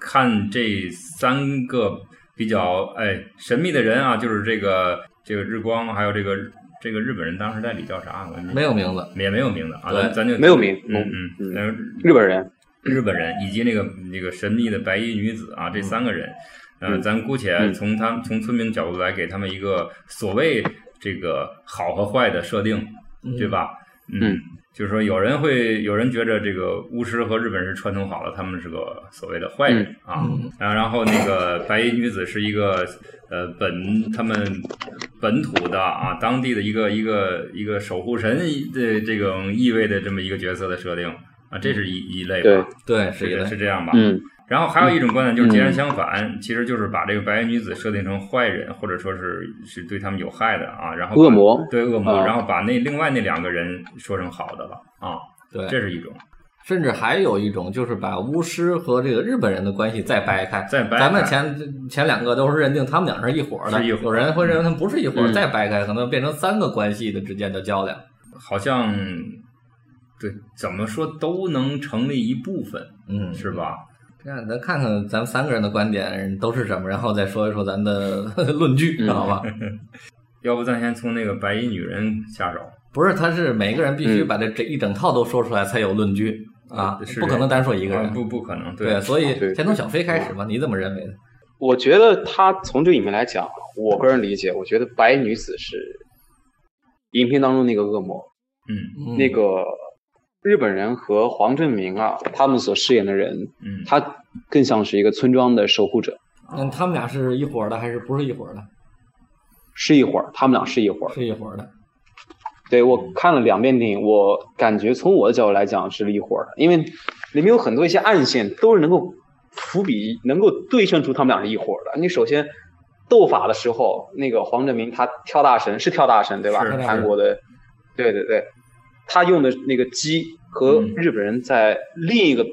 [SPEAKER 1] 看这三个比较哎神秘的人啊，就是这个这个日光，还有这个这个日本人当时代理叫啥？啊我也
[SPEAKER 2] 没有名字，
[SPEAKER 1] 也没有名字啊，
[SPEAKER 2] 对
[SPEAKER 1] 咱咱就
[SPEAKER 3] 没有名
[SPEAKER 1] 嗯
[SPEAKER 3] 嗯
[SPEAKER 1] 嗯，但是
[SPEAKER 3] 日本人，
[SPEAKER 1] 日本人以及那个那个神秘的白衣女子啊，这三个人，呃，
[SPEAKER 3] 嗯
[SPEAKER 1] 咱姑且
[SPEAKER 3] 嗯
[SPEAKER 1] 从他们从村民角度来给他们一个所谓这个好和坏的设定，对吧？
[SPEAKER 3] 嗯，
[SPEAKER 1] 就是说有人会有人觉着这个巫师和日本人是传统好了，他们是个所谓的坏人啊，
[SPEAKER 2] 嗯
[SPEAKER 1] 然后然后那个白衣女子是一个呃本他们本土的啊当地的一个一个一个守护神的这种意味的这么一个角色的设定啊，这是一一类吧
[SPEAKER 3] 对。
[SPEAKER 2] 对，是
[SPEAKER 1] 是
[SPEAKER 2] 一
[SPEAKER 1] 这
[SPEAKER 2] 类
[SPEAKER 1] 是这样吧？
[SPEAKER 3] 嗯
[SPEAKER 1] 然后还有一种观点就是截然相反，其实就是把这个白衣女子设定成坏人，或者说是是对他们有害的啊，然后把
[SPEAKER 3] 恶魔
[SPEAKER 1] 对恶魔，
[SPEAKER 3] 啊
[SPEAKER 1] 然后把那另外那两个人说成好的了啊，
[SPEAKER 2] 对，
[SPEAKER 1] 这是一种。
[SPEAKER 2] 甚至还有一种就是把巫师和这个日本人的关系再掰开，
[SPEAKER 1] 再掰开
[SPEAKER 2] 咱们前前两个都是认定他们俩是一伙儿的，
[SPEAKER 1] 是一伙儿
[SPEAKER 2] 有人会认为他们不是一伙儿，
[SPEAKER 3] 嗯
[SPEAKER 2] 再掰开可能变成三个关系的之间的较量。
[SPEAKER 1] 好像对怎么说都能成立一部分，
[SPEAKER 2] 嗯，
[SPEAKER 1] 是吧？
[SPEAKER 2] 这样咱看看咱们三个人的观点都是什么，然后再说一说咱的 论据，
[SPEAKER 3] 嗯
[SPEAKER 2] 好吧？
[SPEAKER 1] 要不咱先从那个白衣女人下手？
[SPEAKER 2] 不是，他是每个人必须
[SPEAKER 3] 嗯
[SPEAKER 2] 把这这一整套都说出来才有论据啊，
[SPEAKER 1] 嗯是
[SPEAKER 2] 不可能单说一个
[SPEAKER 1] 啊
[SPEAKER 2] 人。
[SPEAKER 1] 不不可能，
[SPEAKER 2] 对，所以
[SPEAKER 3] 对
[SPEAKER 2] 先从小飞开始吧，你怎么认为的？
[SPEAKER 3] 我觉得他从这里面来讲，我个人理解，我觉得白衣女子是影片当中那个恶魔，
[SPEAKER 1] 嗯
[SPEAKER 2] 嗯
[SPEAKER 3] 那个日本人和黄正明啊，他们所饰演的人，
[SPEAKER 1] 嗯，
[SPEAKER 3] 他更像是一个村庄的守护者，
[SPEAKER 2] 那他们俩是一伙儿的还是不是一伙儿的？
[SPEAKER 3] 是一伙儿，他们俩是一伙儿。
[SPEAKER 2] 是一伙儿的。
[SPEAKER 3] 对我看了两遍电影，我感觉从我的角度来讲是一伙儿的，因为里面有很多一些暗线都是能够伏笔，能够对称出他们俩是一伙儿的。你首先斗法的时候，那个黄正明他跳大神是跳大神对吧
[SPEAKER 1] 是？
[SPEAKER 2] 是
[SPEAKER 3] 韩国的，对对对，他用的那个鸡和
[SPEAKER 1] 嗯
[SPEAKER 3] 日本人在另一个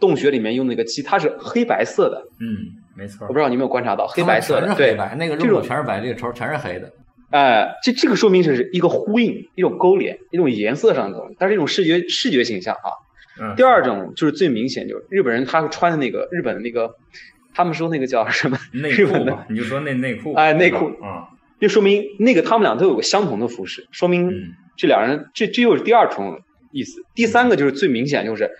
[SPEAKER 3] 洞穴里面用那个鸡，它是黑白色的，
[SPEAKER 1] 嗯，没错
[SPEAKER 3] 我不。知道你有没有观察到黑白色
[SPEAKER 2] 他们
[SPEAKER 3] 的，
[SPEAKER 2] 全是
[SPEAKER 3] 对，
[SPEAKER 2] 黑白，那个
[SPEAKER 3] 这
[SPEAKER 2] 入
[SPEAKER 3] 种
[SPEAKER 2] 口全是白，这个绸全是黑的。
[SPEAKER 3] 哎，这这个说明是一个呼应，一种勾连，一种颜色上的东西，它是一种视觉视觉形象啊。
[SPEAKER 1] 嗯
[SPEAKER 3] 第二种就是最明显，就是日本人他穿的那个日本的那个，他们说那个叫什么？
[SPEAKER 1] 内
[SPEAKER 3] 日本
[SPEAKER 1] 裤
[SPEAKER 3] 的
[SPEAKER 1] 吧，你就说那内裤，
[SPEAKER 3] 哎内裤
[SPEAKER 1] 啊，
[SPEAKER 3] 就说明那个他们俩都有个相同的服饰，说明
[SPEAKER 1] 嗯
[SPEAKER 3] 这两人这这又是第二重意思。第三个就是最明显，就是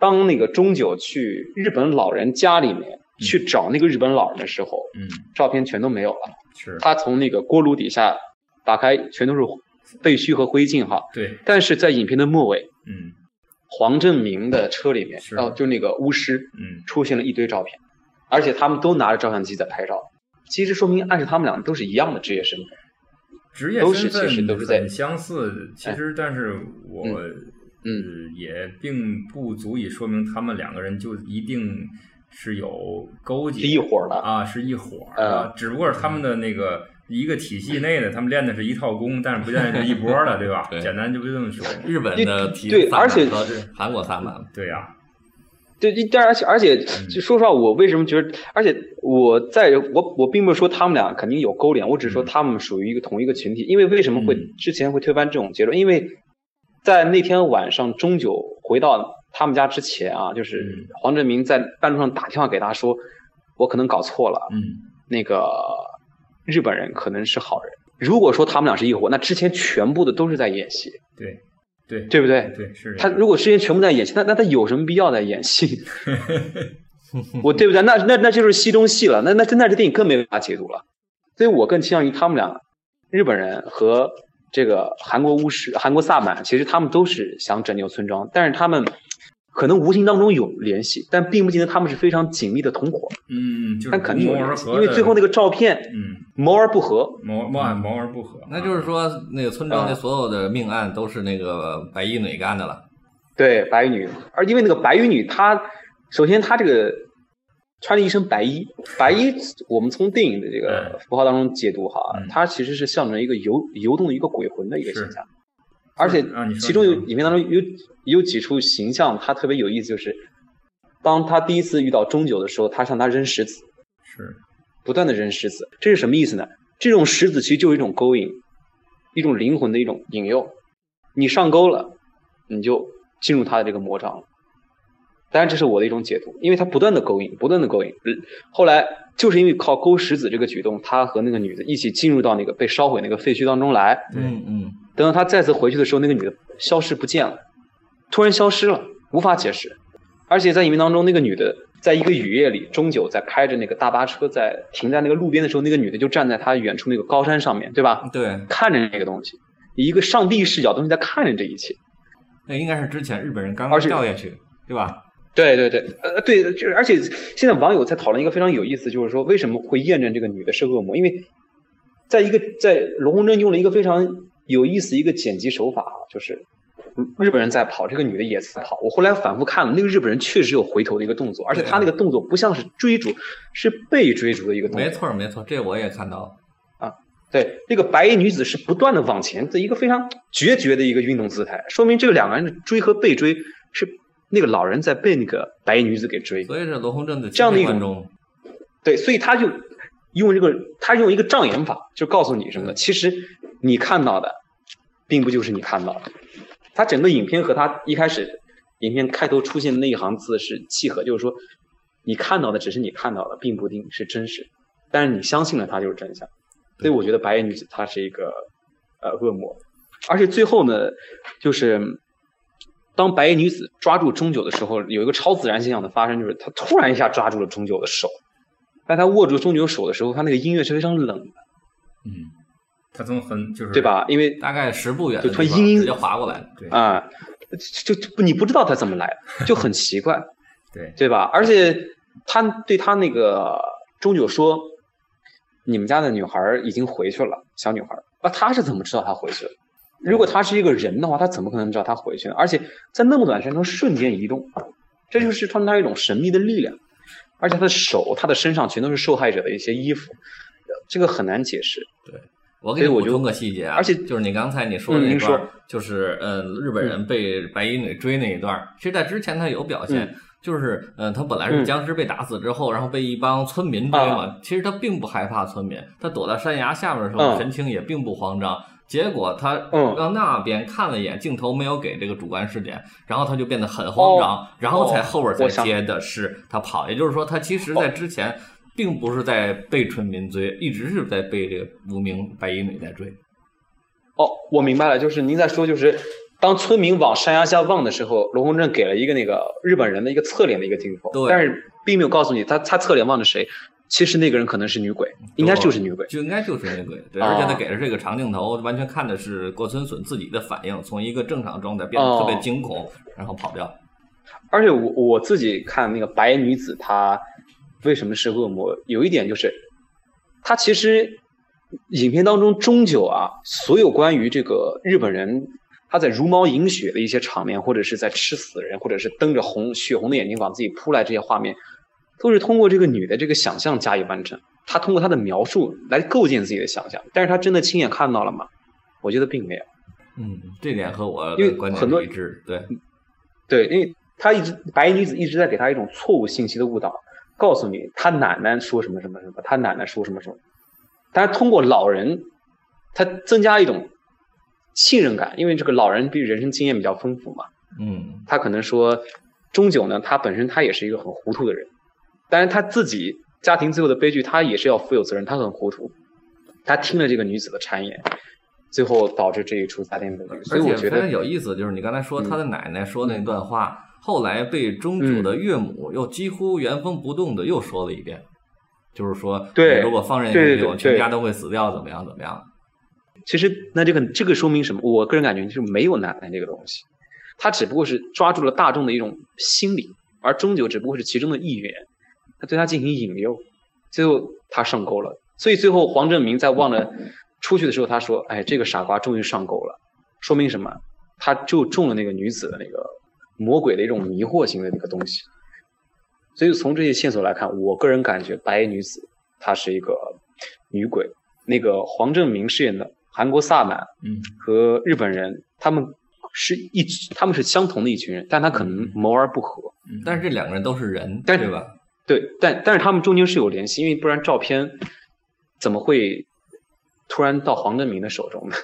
[SPEAKER 3] 当那个中九去日本老人家里面去找那个日本老人的时候，
[SPEAKER 1] 嗯，
[SPEAKER 3] 照片全都没有了。
[SPEAKER 1] 是
[SPEAKER 3] 他从那个锅炉底下打开，全都是废墟和灰烬哈。
[SPEAKER 1] 对，
[SPEAKER 3] 但是在影片的末尾，
[SPEAKER 1] 嗯
[SPEAKER 3] 黄正明的车里面，
[SPEAKER 1] 是
[SPEAKER 3] 然后就那个巫师
[SPEAKER 1] 嗯
[SPEAKER 3] 出现了一堆照片，而且他们都拿着照相机在拍照，其实说明暗示他们俩都是一样的职业身份。，
[SPEAKER 1] 职业
[SPEAKER 3] 都
[SPEAKER 1] 身
[SPEAKER 3] 是其实
[SPEAKER 1] 份
[SPEAKER 3] 都是在哎
[SPEAKER 1] 很相似，其实但是我
[SPEAKER 3] 嗯，
[SPEAKER 1] 呃也并不足以说明他们两个人就一定是有勾结
[SPEAKER 3] 是一伙儿嗯的。
[SPEAKER 1] 啊，是一伙儿的，只不过是他们的那个。一个体系内的，他们练的是一套功，但是不见得是一波儿的，对吧？
[SPEAKER 2] 对
[SPEAKER 1] 简单就这么说。
[SPEAKER 2] 日本的提
[SPEAKER 3] 对
[SPEAKER 2] 萨满
[SPEAKER 3] 而且嗯
[SPEAKER 2] 和韩国萨满，
[SPEAKER 1] 对啊呀、
[SPEAKER 3] 对，一但而且而且，
[SPEAKER 1] 嗯
[SPEAKER 3] 就说实话，我为什么觉得，而且我在我我并不是说他们俩肯定有勾连，我只是说
[SPEAKER 1] 嗯
[SPEAKER 3] 他们属于一个同一个群体。因为为什么会
[SPEAKER 1] 嗯
[SPEAKER 3] 之前会推翻这种结论？因为在那天晚上中九回到他们家之前啊，就是
[SPEAKER 1] 嗯
[SPEAKER 3] 黄振明在半路上打电话给他说，我可能搞错了，
[SPEAKER 1] 嗯，
[SPEAKER 3] 那个日本人可能是好人。如果说他们俩是一伙，那之前全部的都是在演戏，
[SPEAKER 1] 对，对，
[SPEAKER 3] 对不对？
[SPEAKER 1] 对，是这
[SPEAKER 3] 他
[SPEAKER 1] 样
[SPEAKER 3] 如果之前全部在演戏，那那他有什么必要在 演戏？我对不对？那那那就是戏中戏了，那那那这电影更没办法解读了。所以我更倾向于他们俩，日本人和这个韩国巫师、韩国萨满，其实他们都是想拯救村庄，但是他们可能无形当中有联系，但并不见得他们是非常紧密的同伙，
[SPEAKER 1] 嗯，就是
[SPEAKER 3] 但肯定有
[SPEAKER 1] 谋而
[SPEAKER 3] 联系，
[SPEAKER 1] 合
[SPEAKER 3] 因为
[SPEAKER 1] 的
[SPEAKER 3] 最后那个照片
[SPEAKER 1] 嗯，
[SPEAKER 3] 谋而不合。
[SPEAKER 1] 谋谋而谋而不合，啊
[SPEAKER 2] 那就是说那个村
[SPEAKER 3] 嗯
[SPEAKER 2] 庄的所有的命案都是那个白衣女干的了。
[SPEAKER 3] 对，白衣女，而因为那个白衣女，她首先她这个穿着一身白衣，白衣我们从电影的这个符号当中解读哈，
[SPEAKER 1] 嗯
[SPEAKER 3] 它其实是象征一个游游动的一个鬼魂的一个形象，而且
[SPEAKER 1] 啊你说
[SPEAKER 3] 其中有
[SPEAKER 1] 你说
[SPEAKER 3] 影片当中有有几处形象，它特别有意思，就是当他第一次遇到中九的时候，他向他扔石子，
[SPEAKER 1] 是
[SPEAKER 3] 不断的扔石子，这是什么意思呢？这种石子其实就是一种勾引，一种灵魂的一种引诱。你上钩了，你就进入他的这个魔掌了。当然，这是我的一种解读，因为他不断的勾引，不断的勾引。嗯后来就是因为靠勾石子这个举动，他和那个女的一起进入到那个被烧毁那个废墟当中来。
[SPEAKER 2] 嗯嗯，
[SPEAKER 3] 等到他再次回去的时候，那个女的消失不见了，突然消失了，无法解释。而且在影片当中，那个女的在一个雨夜里，钟九在开着那个大巴车在停在那个路边的时候，那个女的就站在他远处那个高山上面，对吧？
[SPEAKER 2] 嗯对，
[SPEAKER 3] 看着那个东西，以一个上帝视角东西在看着这一切。
[SPEAKER 2] 那应该是之前日本人刚刚
[SPEAKER 3] 而且嗯
[SPEAKER 2] 掉下去，对吧？
[SPEAKER 3] 对对对，呃对，就是而且现在网友在讨论一个非常有意思，就是说为什么会验证这个女的是恶魔？因为在一个在龙红针用了一个非常有意思一个剪辑手法啊，就是日本人在跑，这个女的也在跑。我后来反复看了，那个日本人确实有回头的一个动作，而且他那个动作不像是追逐，是被追逐的一个动作。
[SPEAKER 2] 没错儿没错儿，这我也看到了。
[SPEAKER 3] 对，那个白衣女子是不断的往前的一个非常决绝的一个运动姿态，说明这个两个人的追和被追是那个老人在被那个白衣女子给追。
[SPEAKER 2] 所以这罗洪镇的
[SPEAKER 3] 这样的一种
[SPEAKER 2] 观众，
[SPEAKER 3] 对，所以他就用这个，他用一个障眼法，就告诉你什么呢？其实你看到的，并不就是你看到的。他整个影片和他一开始影片开头出现的那一行字是契合，就是说你看到的只是你看到的，并不一定是真实，但是你相信了它就是真相。所以我觉得白衣女子她是一个呃恶魔，而且最后呢，就是当白衣女子抓住钟九的时候，有一个超自然现象的发生，就是她突然一下抓住了钟九的手，但她握住钟九手的时候，她那个音乐是非常冷的，
[SPEAKER 1] 嗯，他从很就是
[SPEAKER 3] 对？吧？因为
[SPEAKER 2] 大概十步远的
[SPEAKER 3] 就
[SPEAKER 2] 地
[SPEAKER 3] 突然
[SPEAKER 2] 方
[SPEAKER 3] 阴阴
[SPEAKER 2] 直接划过来了。
[SPEAKER 1] 嗯对
[SPEAKER 3] 啊、就就你不知道她怎么 来的，就很奇怪。
[SPEAKER 1] 对，
[SPEAKER 3] 对吧？而且他对他那个钟九说：“你们家的女孩已经回去了，小女孩。”那他是怎么知道她回去了？如果他是一个人的话，他怎么可能知道她回去呢？而且在那么短时间中瞬间移动，这就是穿插一种神秘的力量。而且他的手、他的身上全都是受害者的一些衣服，呃这个很难解释。
[SPEAKER 2] 我给你
[SPEAKER 3] 所以我
[SPEAKER 2] 补
[SPEAKER 3] 就
[SPEAKER 2] 充个细节啊，
[SPEAKER 3] 而且
[SPEAKER 2] 就是你刚才你说的
[SPEAKER 3] 嗯
[SPEAKER 2] 那
[SPEAKER 3] 您
[SPEAKER 2] 段儿
[SPEAKER 3] 说，
[SPEAKER 2] 就是呃，日本人被白衣女追那一段儿，其实在之前他有表现
[SPEAKER 3] 嗯，
[SPEAKER 2] 就是呃，他本来是
[SPEAKER 3] 嗯啊
[SPEAKER 2] 僵尸被打死之后，然后被一帮村民追嘛，其实他并不害怕村民，他躲在山崖下面的时候，
[SPEAKER 3] 嗯
[SPEAKER 2] 神情也并不慌张。结果他
[SPEAKER 3] 嗯
[SPEAKER 2] 让那边看了一眼，镜头没有给这个主观视点，然后他就变得很慌张，然后才
[SPEAKER 3] 哦
[SPEAKER 2] 后边
[SPEAKER 3] 我
[SPEAKER 2] 才
[SPEAKER 3] 想哦
[SPEAKER 2] 接的是他跑，也就是说他其实在之前并不是在被村民追，一直是在被这个无名白衣女在追。
[SPEAKER 3] 哦，我明白了，就是您在说，就是当村民往山崖下望的时候，罗洪镇给了一个那个日本人的一个侧脸的一个镜头，
[SPEAKER 2] 对
[SPEAKER 3] 但是并没有告诉你他他侧脸望着谁。其实那个人可能是女鬼，应该就是女鬼。
[SPEAKER 2] 就应该就是那个，对，
[SPEAKER 3] 哦
[SPEAKER 2] 而且他给的这个长镜头，完全看的是郭村隼自己的反应，从一个正常状态变
[SPEAKER 3] 哦
[SPEAKER 2] 得特别惊恐，然后跑掉。
[SPEAKER 3] 而且我我自己看那个白女子，她为什么是恶魔？有一点就是，她其实影片当中终究啊，所有关于这个日本人他在茹毛饮血的一些场面，或者是在吃死人，或者是瞪着红血红的眼睛往自己扑来这些画面，都是通过这个女的这个想象加以完成。她通过她的描述来构建自己的想象，但是她真的亲眼看到了吗？我觉得并没有。
[SPEAKER 2] 嗯，这点和我
[SPEAKER 3] 因为
[SPEAKER 2] 的观点
[SPEAKER 3] 很多
[SPEAKER 2] 一致。对，
[SPEAKER 3] 对，因为她一直白衣女子一直在给她一种错误信息的误导，告诉你她奶奶说什么什么什么，她奶奶说什么什么，但是通过老人，她增加一种信任感，因为这个老人比人生经验比较丰富嘛，
[SPEAKER 2] 嗯，
[SPEAKER 3] 他可能说钟九呢，他本身他也是一个很糊涂的人，但是他自己家庭最后的悲剧，他也是要负有责任，他很糊涂，他听了这个女子的谗言，最后导致这一出家庭悲剧，所
[SPEAKER 2] 而
[SPEAKER 3] 以我
[SPEAKER 2] 且
[SPEAKER 3] 觉
[SPEAKER 2] 非
[SPEAKER 3] 得
[SPEAKER 2] 常有意思，就是你刚才说
[SPEAKER 3] 嗯
[SPEAKER 2] 他的奶奶说那段话，后来被中九
[SPEAKER 3] 嗯
[SPEAKER 2] 的岳母又几乎原封不动的又说了一遍，就是说，
[SPEAKER 3] 对
[SPEAKER 2] 如果放任下
[SPEAKER 3] 对对
[SPEAKER 2] 去，我
[SPEAKER 3] 对
[SPEAKER 2] 全家都会死掉，怎么样，怎么样？
[SPEAKER 3] 其实那这个这个说明什么？我个人感觉就是没有奶奶这个东西，他只不过是抓住了大众的一种心理，而终究只不过是其中的一员，他对他进行引诱，最后他上钩了。所以最后黄正明在望着出去的时候，他说：“哎，这个傻瓜终于上钩了。”说明什么？他就中了那个女子的那个魔鬼的一种迷惑型的那个东西。所以从这些线索来看，我个人感觉白衣女子她是一个女鬼。那个黄正明饰演的韩国萨满
[SPEAKER 1] 嗯，
[SPEAKER 3] 和日本人，他们是一他们是相同的一群人，但他可能谋而不合。
[SPEAKER 1] 嗯
[SPEAKER 2] 但是这两个人都是人，
[SPEAKER 3] 但
[SPEAKER 2] 对吧？
[SPEAKER 3] 对，但但是他们中间是有联系，因为不然照片怎么会突然到黄振明的手中的。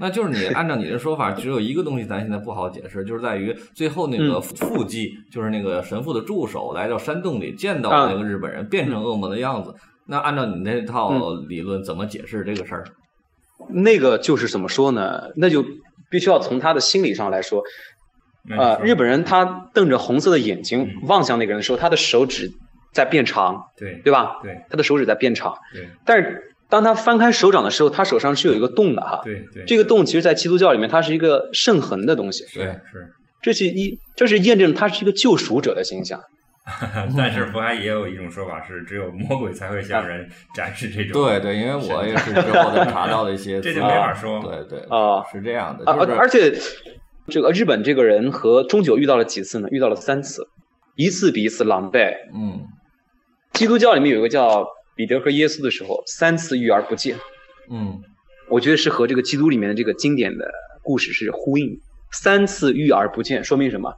[SPEAKER 2] 那就是你按照你的说法，只有一个东西咱现在不好解释，就是在于最后那
[SPEAKER 3] 嗯
[SPEAKER 2] 个副祭，就是那个神父的助手来到山洞里见到
[SPEAKER 3] 啊
[SPEAKER 2] 那个日本人变成
[SPEAKER 3] 嗯
[SPEAKER 2] 恶魔的样子。那按照你那套理论，怎么解释这个事儿？
[SPEAKER 3] 那个就是怎么说呢？那就必须要从他的心理上来说。
[SPEAKER 1] 那你
[SPEAKER 3] 呃，
[SPEAKER 1] 说
[SPEAKER 3] 日本人他瞪着红色的眼睛望向那个人的时候，他的手指在变长，
[SPEAKER 1] 对
[SPEAKER 3] 对吧？
[SPEAKER 1] 对
[SPEAKER 3] 他的手指在变长，
[SPEAKER 1] 对
[SPEAKER 3] 但是当他翻开手掌的时候，他手上是有一个洞的哈。
[SPEAKER 1] 对对，
[SPEAKER 3] 这个洞其实，在基督教里面，它是一个圣痕的东西，
[SPEAKER 1] 是是，
[SPEAKER 3] 这是一，这是验证他是一个救赎者的形象。
[SPEAKER 1] 但是佛还也有一种说法是，只有魔鬼才会向人展示这种，
[SPEAKER 2] 对对，因为我也是之后才查到的一些 资
[SPEAKER 1] 这
[SPEAKER 2] 料，
[SPEAKER 1] 就没法说
[SPEAKER 2] 对对
[SPEAKER 3] 啊
[SPEAKER 2] 是这样的，
[SPEAKER 3] 啊，
[SPEAKER 2] 就是
[SPEAKER 3] 而而且这个日本这个人和中九遇到了几次呢？遇到了三次，一次比一次狼狈。
[SPEAKER 2] 嗯
[SPEAKER 3] 基督教里面有一个叫彼得和耶稣的时候，三次遇而不见，
[SPEAKER 2] 嗯
[SPEAKER 3] 我觉得是和这个基督里面的这个经典的故事是呼应。三次遇而不见，说明什么？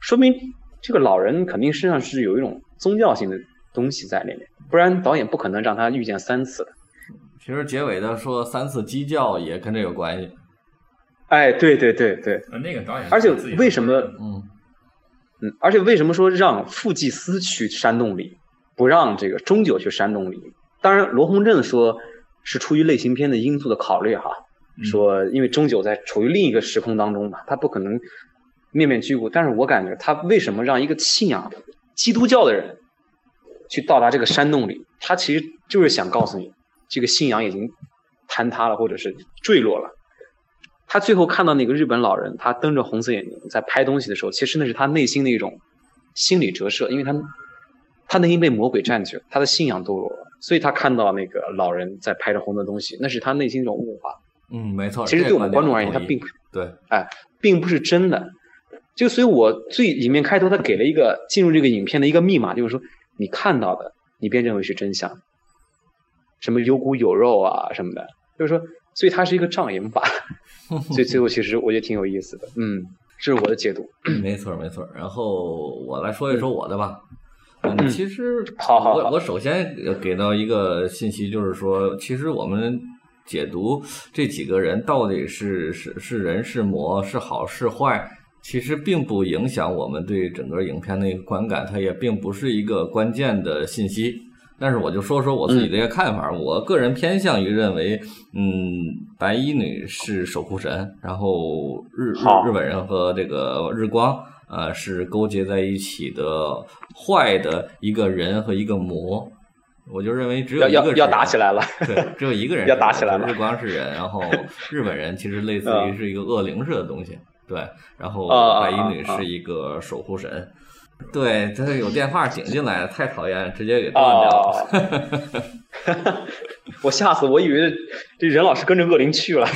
[SPEAKER 3] 说明这个老人肯定身上是有一种宗教性的东西在里面，不然导演不可能让他遇见三次的。
[SPEAKER 2] 其实结尾的说三次鸡叫也跟这有关系，
[SPEAKER 3] 哎，对对对对，
[SPEAKER 1] 呃，那个导演
[SPEAKER 3] 而且
[SPEAKER 1] 自己
[SPEAKER 3] 为什么
[SPEAKER 2] 嗯，
[SPEAKER 3] 嗯，而且为什么说让副祭司去山洞里，不让这个中九去山洞里？当然，罗洪正说是出于类型片的因素的考虑哈，
[SPEAKER 1] 嗯
[SPEAKER 3] 说因为中九在处于另一个时空当中嘛，他不可能面面俱到。但是我感觉他为什么让一个信仰基督教的人去到达这个山洞里？他其实就是想告诉你，这个信仰已经坍塌了，或者是坠落了。他最后看到那个日本老人，他瞪着红色眼睛在拍东西的时候，其实那是他内心的一种心理折射，因为他他内心被魔鬼占据了，他的信仰堕落了，所以他看到那个老人在拍着红色东西，那是他内心一种物化。
[SPEAKER 2] 嗯，没错。
[SPEAKER 3] 其实
[SPEAKER 2] 这
[SPEAKER 3] 对我们观
[SPEAKER 2] 观点
[SPEAKER 3] 众而言，
[SPEAKER 2] 我
[SPEAKER 3] 他
[SPEAKER 2] 同意
[SPEAKER 3] 并不
[SPEAKER 2] 对，
[SPEAKER 3] 哎并不是真的。就所以，我最里面开头他给了一个进入这个影片的一个密码，就是说你看到的，你便认为是真相。什么有骨有肉啊什么的，就是说，所以它是一个障眼 法。所以最后其实我觉得挺有意思的，嗯，这是我的解读。
[SPEAKER 2] 没错没错。然后我来说一说我的吧。嗯，其实
[SPEAKER 3] 好好
[SPEAKER 2] 我
[SPEAKER 3] 好
[SPEAKER 2] 我首先给到一个信息，就是说，其实我们解读这几个人到底是是是人是魔是好是坏，其实并不影响我们对整个影片的一个观感，它也并不是一个关键的信息。但是我就说说我
[SPEAKER 3] 嗯
[SPEAKER 2] 自己的一个看法，我个人偏向于认为，嗯，白衣女是守护神，然后日
[SPEAKER 3] 好
[SPEAKER 2] 日日本人和这个日光，呃，是勾结在一起的坏的一个人和一个魔。我就认为只有
[SPEAKER 3] 要
[SPEAKER 2] 一个
[SPEAKER 3] 要
[SPEAKER 2] 是
[SPEAKER 3] 要
[SPEAKER 2] 人
[SPEAKER 3] 打起来了，
[SPEAKER 2] 对，只有 一个人
[SPEAKER 3] 要
[SPEAKER 2] 是
[SPEAKER 3] 打
[SPEAKER 2] 人
[SPEAKER 3] 起来了
[SPEAKER 2] 日光是人，然后日本人其实类似于
[SPEAKER 3] 嗯
[SPEAKER 2] 是一个恶灵似的东西，对，然后
[SPEAKER 3] 啊啊
[SPEAKER 2] 白衣女
[SPEAKER 3] 啊啊
[SPEAKER 2] 是一个守护神，对，但是有电话顶进来，太讨厌了，直接给断掉了。
[SPEAKER 3] 哦 我吓死，我以为这任老师跟着恶灵去了。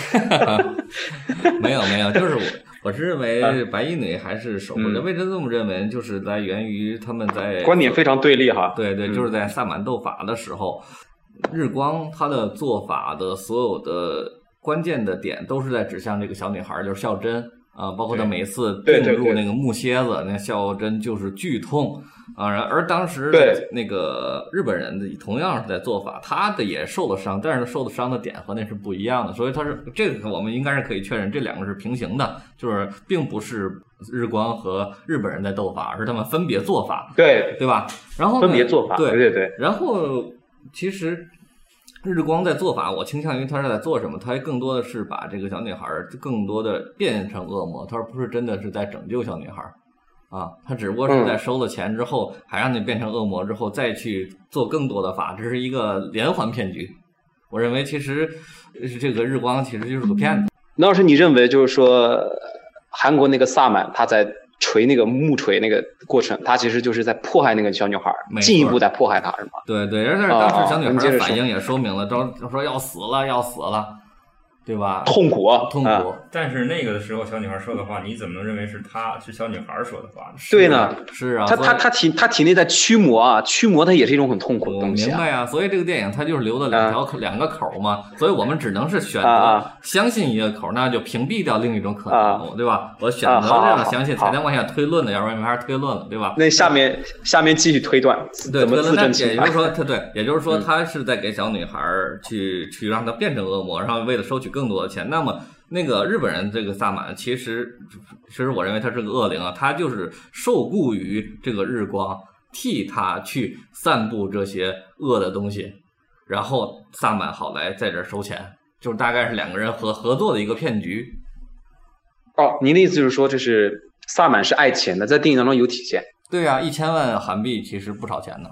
[SPEAKER 2] 没有没有，就是我我是认为白衣女还是守护神，
[SPEAKER 3] 啊嗯
[SPEAKER 2] 为什么这么认为？就是来源于他们在
[SPEAKER 3] 观点非常对立哈。
[SPEAKER 2] 对对，
[SPEAKER 3] 嗯
[SPEAKER 2] 就是在萨满斗法的时候，日光他的做法的所有的关键的点都是在指向这个小女孩儿，就是孝真啊、包括他
[SPEAKER 1] 对
[SPEAKER 2] 每次
[SPEAKER 3] 对
[SPEAKER 2] 并
[SPEAKER 3] 对
[SPEAKER 2] 入
[SPEAKER 3] 对
[SPEAKER 2] 那个木楔子，那孝真就是剧痛。啊，然而当时
[SPEAKER 3] 对
[SPEAKER 2] 的那个日本人的同样是在做法，他的也受了伤，但是受的伤的点和那是不一样的，所以他是这个我们应该是可以确认，这两个是平行的，就是并不是日光和日本人在斗法，而是他们分别做法，
[SPEAKER 3] 对，
[SPEAKER 2] 对吧？然后呢
[SPEAKER 3] 分别做法。
[SPEAKER 2] 对
[SPEAKER 3] 对对，
[SPEAKER 2] 然后其实日光在做法，我倾向于他是在做什么？他更多的是把这个小女孩儿更多的变成恶魔，他而不是真的是在拯救小女孩儿啊，他只不过
[SPEAKER 3] 嗯
[SPEAKER 2] 是在收了钱之后，还让你变成恶魔之后，再去做更多的法，这是一个连环骗局。我认为其实呃这个日光其实就是个骗子，
[SPEAKER 3] 那要是你认为就是说，呃韩国那个萨满他在锤那个木锤那个过程，他其实就是在迫害那个小女孩
[SPEAKER 2] 没，错
[SPEAKER 3] 进一步在迫害她，是吗？
[SPEAKER 2] 对对，而且当时小女
[SPEAKER 3] 哦哦
[SPEAKER 2] 孩
[SPEAKER 3] 你接
[SPEAKER 2] 儿
[SPEAKER 3] 着
[SPEAKER 2] 反
[SPEAKER 3] 说
[SPEAKER 2] 应也说明了，当时说要死了要死了，对吧？
[SPEAKER 3] 痛苦啊，
[SPEAKER 2] 痛
[SPEAKER 3] 啊
[SPEAKER 2] 苦，
[SPEAKER 1] 但是那个的时候，小女孩说的话，你怎么能认为是她是小女孩说的话呢？
[SPEAKER 3] 对呢，
[SPEAKER 2] 是啊，
[SPEAKER 3] 他
[SPEAKER 2] 所以
[SPEAKER 3] 他他体他体内在驱魔啊，驱魔它也是一种很痛苦的
[SPEAKER 2] 我
[SPEAKER 3] 东西
[SPEAKER 2] 明
[SPEAKER 3] 啊。
[SPEAKER 2] 白啊，所以这个电影它就是留了两条口、两个口嘛，所以我们只能是选
[SPEAKER 3] 啊
[SPEAKER 2] 择
[SPEAKER 3] 啊
[SPEAKER 2] 相信一个口，那就屏蔽掉另一种可能，
[SPEAKER 3] 啊
[SPEAKER 2] 对吧？我选
[SPEAKER 3] 啊
[SPEAKER 2] 择
[SPEAKER 3] 好
[SPEAKER 2] 这样
[SPEAKER 3] 好
[SPEAKER 2] 相信，
[SPEAKER 3] 好
[SPEAKER 2] 才能往下推论的，要不然没法推论了，对吧？
[SPEAKER 3] 那下面下面继续推断，
[SPEAKER 2] 对，
[SPEAKER 3] 怎么
[SPEAKER 2] 推
[SPEAKER 3] 自证
[SPEAKER 2] 论那也
[SPEAKER 3] 清
[SPEAKER 2] 就
[SPEAKER 3] 白
[SPEAKER 2] 是？说，他对，也就是说，他是在给小女孩儿去去让她变成恶魔，然后为了收取更多的钱。那么，那个日本人这个萨满，其实其实我认为他是个恶灵啊，他就是受雇于这个日光，替他去散布这些恶的东西，然后萨满好来在这儿收钱，就是大概是两个人合合作的一个骗局。
[SPEAKER 3] 哦，您的意思就是说，这是萨满是爱钱的，在电影当中有体现。
[SPEAKER 2] 对啊，一千万韩币其实不少钱呢。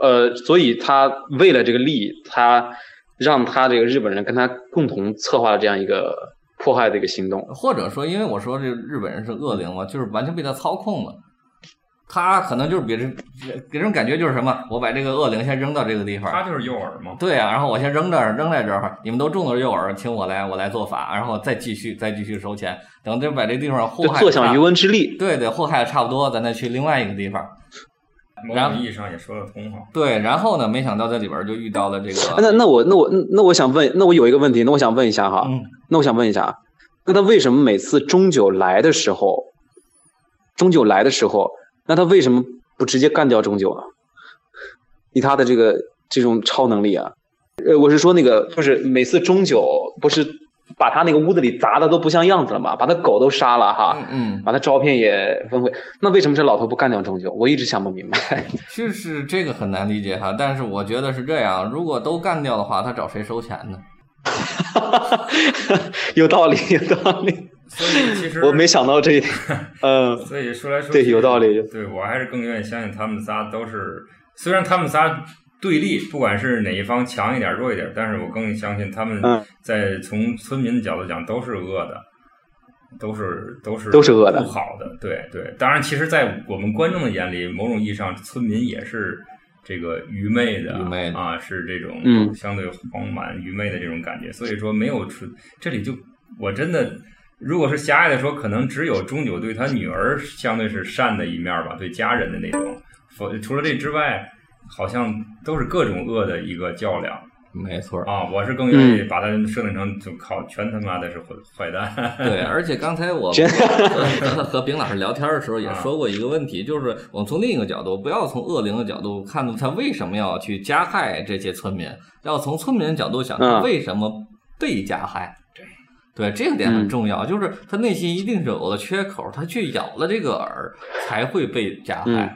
[SPEAKER 3] 呃，所以他为了这个利益，他让他这个日本人跟他共同策划了这样一个迫害的一个行动。
[SPEAKER 2] 或者说，因为我说这日本人是恶灵嘛，就是完全被他操控了。他可能就是别人给人感觉就是什么，我把这个恶灵先扔到这个地
[SPEAKER 1] 她
[SPEAKER 2] 方，
[SPEAKER 1] 就是诱饵嘛。
[SPEAKER 2] 对啊，然后我先扔这儿，扔在这儿，你们都中了诱饵，请我来，我来做法，然后再继续，再继续收钱，等这把这地方祸
[SPEAKER 3] 就
[SPEAKER 2] 害
[SPEAKER 3] 坐享渔
[SPEAKER 2] 了，
[SPEAKER 3] 翁之利，
[SPEAKER 2] 对对，祸害的差不多，咱再去另外一个地方。
[SPEAKER 1] 某
[SPEAKER 2] 然后
[SPEAKER 1] 种意义上也说得通哈。
[SPEAKER 2] 对，然后呢，没想到在里边就遇到了这
[SPEAKER 3] 啊那
[SPEAKER 2] 个，
[SPEAKER 3] 那我那我那我想问，那我有一个问题，那我想问一下哈，
[SPEAKER 2] 嗯，
[SPEAKER 3] 那我想问一下，啊那他为什么每次中九来的时候，中九来的时候，那他为什么不直接干掉中九呢？啊以他的这个这种超能力啊，呃，我是说那个，就是每次中九不是把他那个屋子里砸的都不像样子了嘛，把他狗都杀了哈。
[SPEAKER 2] 嗯嗯，
[SPEAKER 3] 把他照片也分回，那为什么这老头不干掉中九？我一直想不明白。
[SPEAKER 2] 就是这个很难理解哈，但是我觉得是这样，如果都干掉的话，他找谁收钱呢？
[SPEAKER 3] 有道理，有道理，
[SPEAKER 1] 所以其实
[SPEAKER 3] 我没想到这 一点。嗯，
[SPEAKER 1] 所以说来说去，
[SPEAKER 3] 对有道理
[SPEAKER 1] 对我还是更愿意相信他们仨都是，虽然他们仨对立，不管是哪一方强一点、弱一点，但是我更相信他们
[SPEAKER 3] 嗯
[SPEAKER 1] 在从村民的角度讲都是恶的，都是都是
[SPEAKER 3] 都是恶的
[SPEAKER 1] 不好的。对对，当然，其实，在我们观众的眼里，某种意义上，村民也是。这个愚昧的
[SPEAKER 2] 愚昧的
[SPEAKER 1] 啊，是这种
[SPEAKER 3] 嗯
[SPEAKER 1] 相对荒蛮、愚昧的这种感觉，所以说没有纯，这里就我真的，如果是狭隘的说，可能只有中九对他女儿相对是善的一面吧，对家人的那种。否，除了这之外，好像都是各种恶的一个较量
[SPEAKER 2] 没错，
[SPEAKER 1] 啊。我是更愿意
[SPEAKER 3] 嗯
[SPEAKER 1] 把它设定成就靠全他妈的是坏坏蛋。
[SPEAKER 2] 对，而且刚才我
[SPEAKER 3] 真
[SPEAKER 2] 和和丙老师聊天的时候
[SPEAKER 3] 啊
[SPEAKER 2] 也说过一个问题，就是我们从另一个角度，不要从恶灵的角度看他为什么要去加害这些村民，要从村民的角度想他
[SPEAKER 3] 嗯
[SPEAKER 2] 为什么被加害。对，这个点
[SPEAKER 3] 嗯
[SPEAKER 2] 很重要，就是他内心一定是有了缺口，他去咬了这个饵，才会被加害。
[SPEAKER 3] 嗯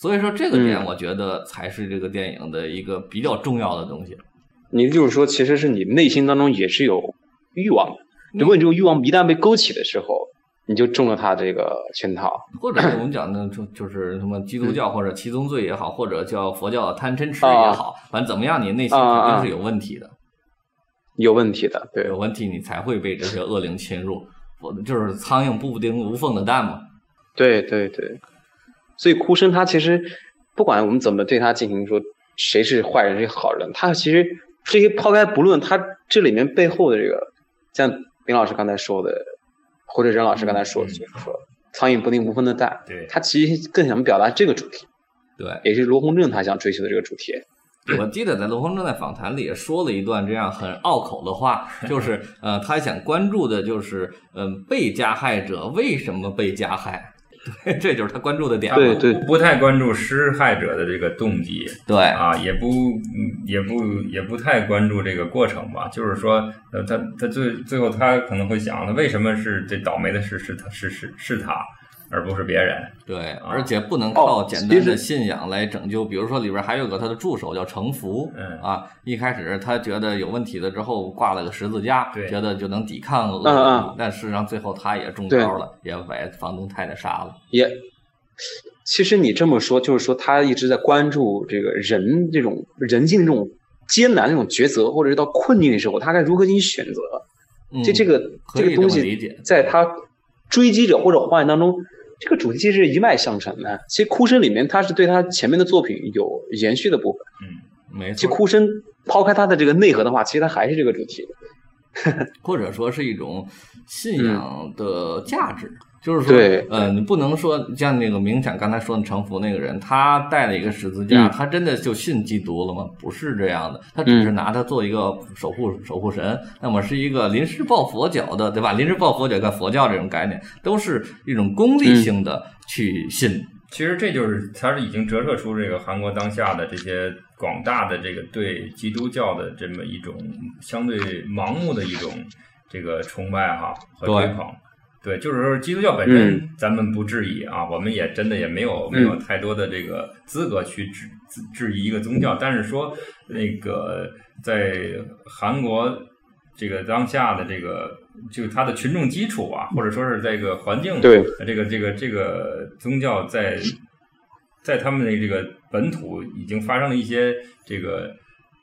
[SPEAKER 2] 所以说，这个点
[SPEAKER 3] 嗯
[SPEAKER 2] 我觉得才是这个电影的一个比较重要的东西。
[SPEAKER 3] 你就是说，其实是你内心当中也是有欲望的。
[SPEAKER 2] 嗯
[SPEAKER 3] 如果你这种欲望一旦被勾起的时候，你就中了他这个圈套。
[SPEAKER 2] 或者我们讲的就就是什么基
[SPEAKER 3] 嗯
[SPEAKER 2] 督教或者七宗罪也好，或者叫佛教贪嗔痴
[SPEAKER 3] 啊
[SPEAKER 2] 也好，反正怎么样，你内心肯定是有问题的，
[SPEAKER 3] 有问题的，啊对
[SPEAKER 2] 有问题你才会被这些恶灵侵入。我就是苍蝇不叮无缝的蛋嘛。
[SPEAKER 3] 对对对，所以哭声他其实不管我们怎么对他进行说谁是坏人谁是好人，他其实这些抛开不论，他这里面背后的这个，像林老师刚才说的，或者任老师刚才说的，
[SPEAKER 1] 嗯
[SPEAKER 3] 就是说苍蝇不叮无缝的蛋，
[SPEAKER 1] 对，
[SPEAKER 3] 他其实更想表达这个主题，
[SPEAKER 2] 对，
[SPEAKER 3] 也是罗红正他想追求的这个主题。
[SPEAKER 2] 我记得在罗洪正在访谈里也说了一段这样很拗口的话， 就是呃，他想关注的就是嗯、被加害者为什么被加害， 对，这就是他关注的点嘛。
[SPEAKER 3] 对对
[SPEAKER 1] 不不太关注施害者的这个动机
[SPEAKER 2] 对
[SPEAKER 1] 啊，也不嗯也不也不太关注这个过程吧。就是说，呃，他他最最后他可能会想，他为什么是这倒霉的是是他是是是他，而不是别人。
[SPEAKER 2] 对，而且不能靠简
[SPEAKER 3] 啊哦
[SPEAKER 2] 单
[SPEAKER 3] 其
[SPEAKER 2] 的
[SPEAKER 3] 实
[SPEAKER 2] 信仰来拯救。比如说里边还有个他的助手叫程福，
[SPEAKER 1] 嗯
[SPEAKER 2] 啊，一开始他觉得有问题了之后挂了个十字架，
[SPEAKER 1] 对
[SPEAKER 2] 觉得就能抵抗恶
[SPEAKER 3] 嗯
[SPEAKER 2] 魔，但事实上最后他也中招了，也把房东太太杀了。
[SPEAKER 3] 也，其实你这么说，就是说他一直在关注这个人这种人性这种艰难这种抉择，或者是到困境的时候，他该如何进行选择？
[SPEAKER 2] 嗯，
[SPEAKER 3] 这这个
[SPEAKER 2] 可
[SPEAKER 3] 这个
[SPEAKER 2] 以这
[SPEAKER 3] 东
[SPEAKER 2] 么理
[SPEAKER 3] 西，
[SPEAKER 2] 解，
[SPEAKER 3] 在他追击者或者坏人当中，这个主题其实是一脉相承的。其实哭声里面，他是对他前面的作品有延续的部分。
[SPEAKER 1] 嗯，
[SPEAKER 2] 没
[SPEAKER 3] 其实
[SPEAKER 2] 错。
[SPEAKER 3] 哭声抛开他的这个内核的话，其实他还是这个主题。
[SPEAKER 2] 或者说是一种信仰的价值。就是
[SPEAKER 3] 嗯对
[SPEAKER 2] 说，呃，你不能说像那个冥想刚才说的成佛那个人，他带了一个十字架，
[SPEAKER 3] 嗯
[SPEAKER 2] 他真的就信基督了吗？不是这样的，他只是拿他做一个守护、守护神，那么是一个临时抱佛脚的，对吧？临时抱佛脚跟佛教这种概念，都是一种功
[SPEAKER 3] 嗯
[SPEAKER 2] 利性的去信。
[SPEAKER 1] 其实这就是它是已经折射出这个韩国当下的这些广大的这个对基督教的这么一种相对盲目的一种这个崇拜哈、和
[SPEAKER 2] 对
[SPEAKER 1] 追捧。对，就是说基督教本身，
[SPEAKER 3] 嗯
[SPEAKER 1] 咱们不质疑啊，我们也真的也没有没有太多的这个资格去质质质疑一个宗教，但是说那个在韩国这个当下的这个就是它的群众基础啊，或者说是在一个环境
[SPEAKER 3] 对
[SPEAKER 1] 这个这个这个宗教在在他们的这个本土已经发生了一些这个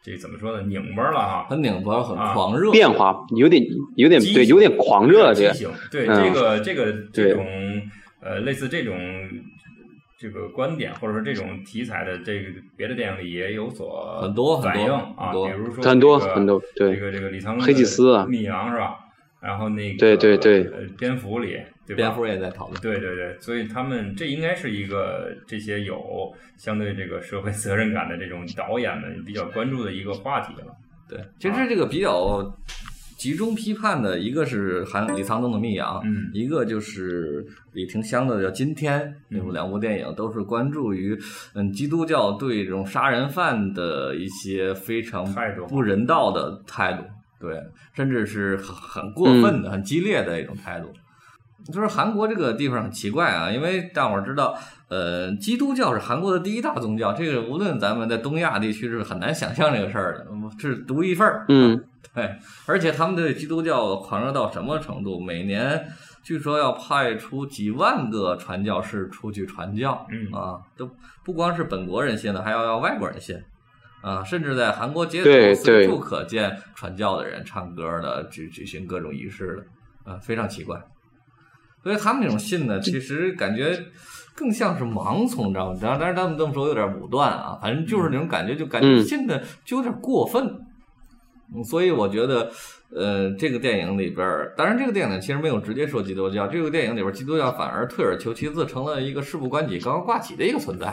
[SPEAKER 1] 这怎么说呢拧巴了哈，
[SPEAKER 2] 很拧巴，很狂热，
[SPEAKER 3] 变化有点有点
[SPEAKER 1] 畸
[SPEAKER 3] 对，
[SPEAKER 1] 形
[SPEAKER 3] 有点狂热这
[SPEAKER 1] 畸形
[SPEAKER 3] 个，
[SPEAKER 1] 对
[SPEAKER 3] 嗯
[SPEAKER 1] 这个这个
[SPEAKER 3] 对
[SPEAKER 1] 这种呃类似这种这个观点或者说这种题材的这个别的电影里也有所
[SPEAKER 2] 很多很多
[SPEAKER 1] 反映
[SPEAKER 2] 很
[SPEAKER 1] 啊，
[SPEAKER 2] 多
[SPEAKER 1] 比如说
[SPEAKER 3] 很多
[SPEAKER 1] 这个
[SPEAKER 3] 很多对
[SPEAKER 1] 这个这个李沧
[SPEAKER 3] 黑吉斯啊
[SPEAKER 1] 密阳是吧？然后那个
[SPEAKER 3] 对对对
[SPEAKER 1] 呃蝙蝠里对吧？
[SPEAKER 2] 蝙蝠也在讨论。
[SPEAKER 1] 对对对，所以他们这应该是一个这些有相对这个社会责任感的这种导演们比较关注的一个话题了。
[SPEAKER 2] 对，其实这个比较集中批判的，一个是韩李沧东的《密阳》，
[SPEAKER 1] 嗯
[SPEAKER 2] 一个就是李廷香的叫《今天》，那
[SPEAKER 1] 嗯
[SPEAKER 2] 部两部电影都是关注于嗯基督教对这种杀人犯的一些非常
[SPEAKER 1] 态度
[SPEAKER 2] 不人道的态度，对，甚至是很很过分的、很激烈的一种态度。就是韩国这个地方很奇怪啊，因为大伙儿知道，呃，基督教是韩国的第一大宗教，这个无论咱们在东亚地区是很难想象这个事儿的，嗯是独一份儿。
[SPEAKER 3] 嗯，
[SPEAKER 2] 对，而且他们对基督教狂热到什么程度？每年据说要派出几万个传教士出去传教，
[SPEAKER 1] 嗯
[SPEAKER 2] 啊，都不光是本国人信了，还要要外国人信。啊，甚至在韩国街
[SPEAKER 3] 对
[SPEAKER 2] 头随
[SPEAKER 3] 对
[SPEAKER 2] 处可见传教的人、唱歌的、举举行各种仪式的，啊，非常奇怪。所以他们这种信呢，其实感觉更像是盲从，你知道吗？当然，当然他们这么说有点武断啊，反正就是那种感觉，就感觉
[SPEAKER 3] 嗯
[SPEAKER 2] 信的就有点过分。嗯所以我觉得，呃，这个电影里边儿，当然这个电影其实没有直接说基督教，这个电影里边儿基督教反而退而求其次，成了一个事不关己高高挂起的一个存在。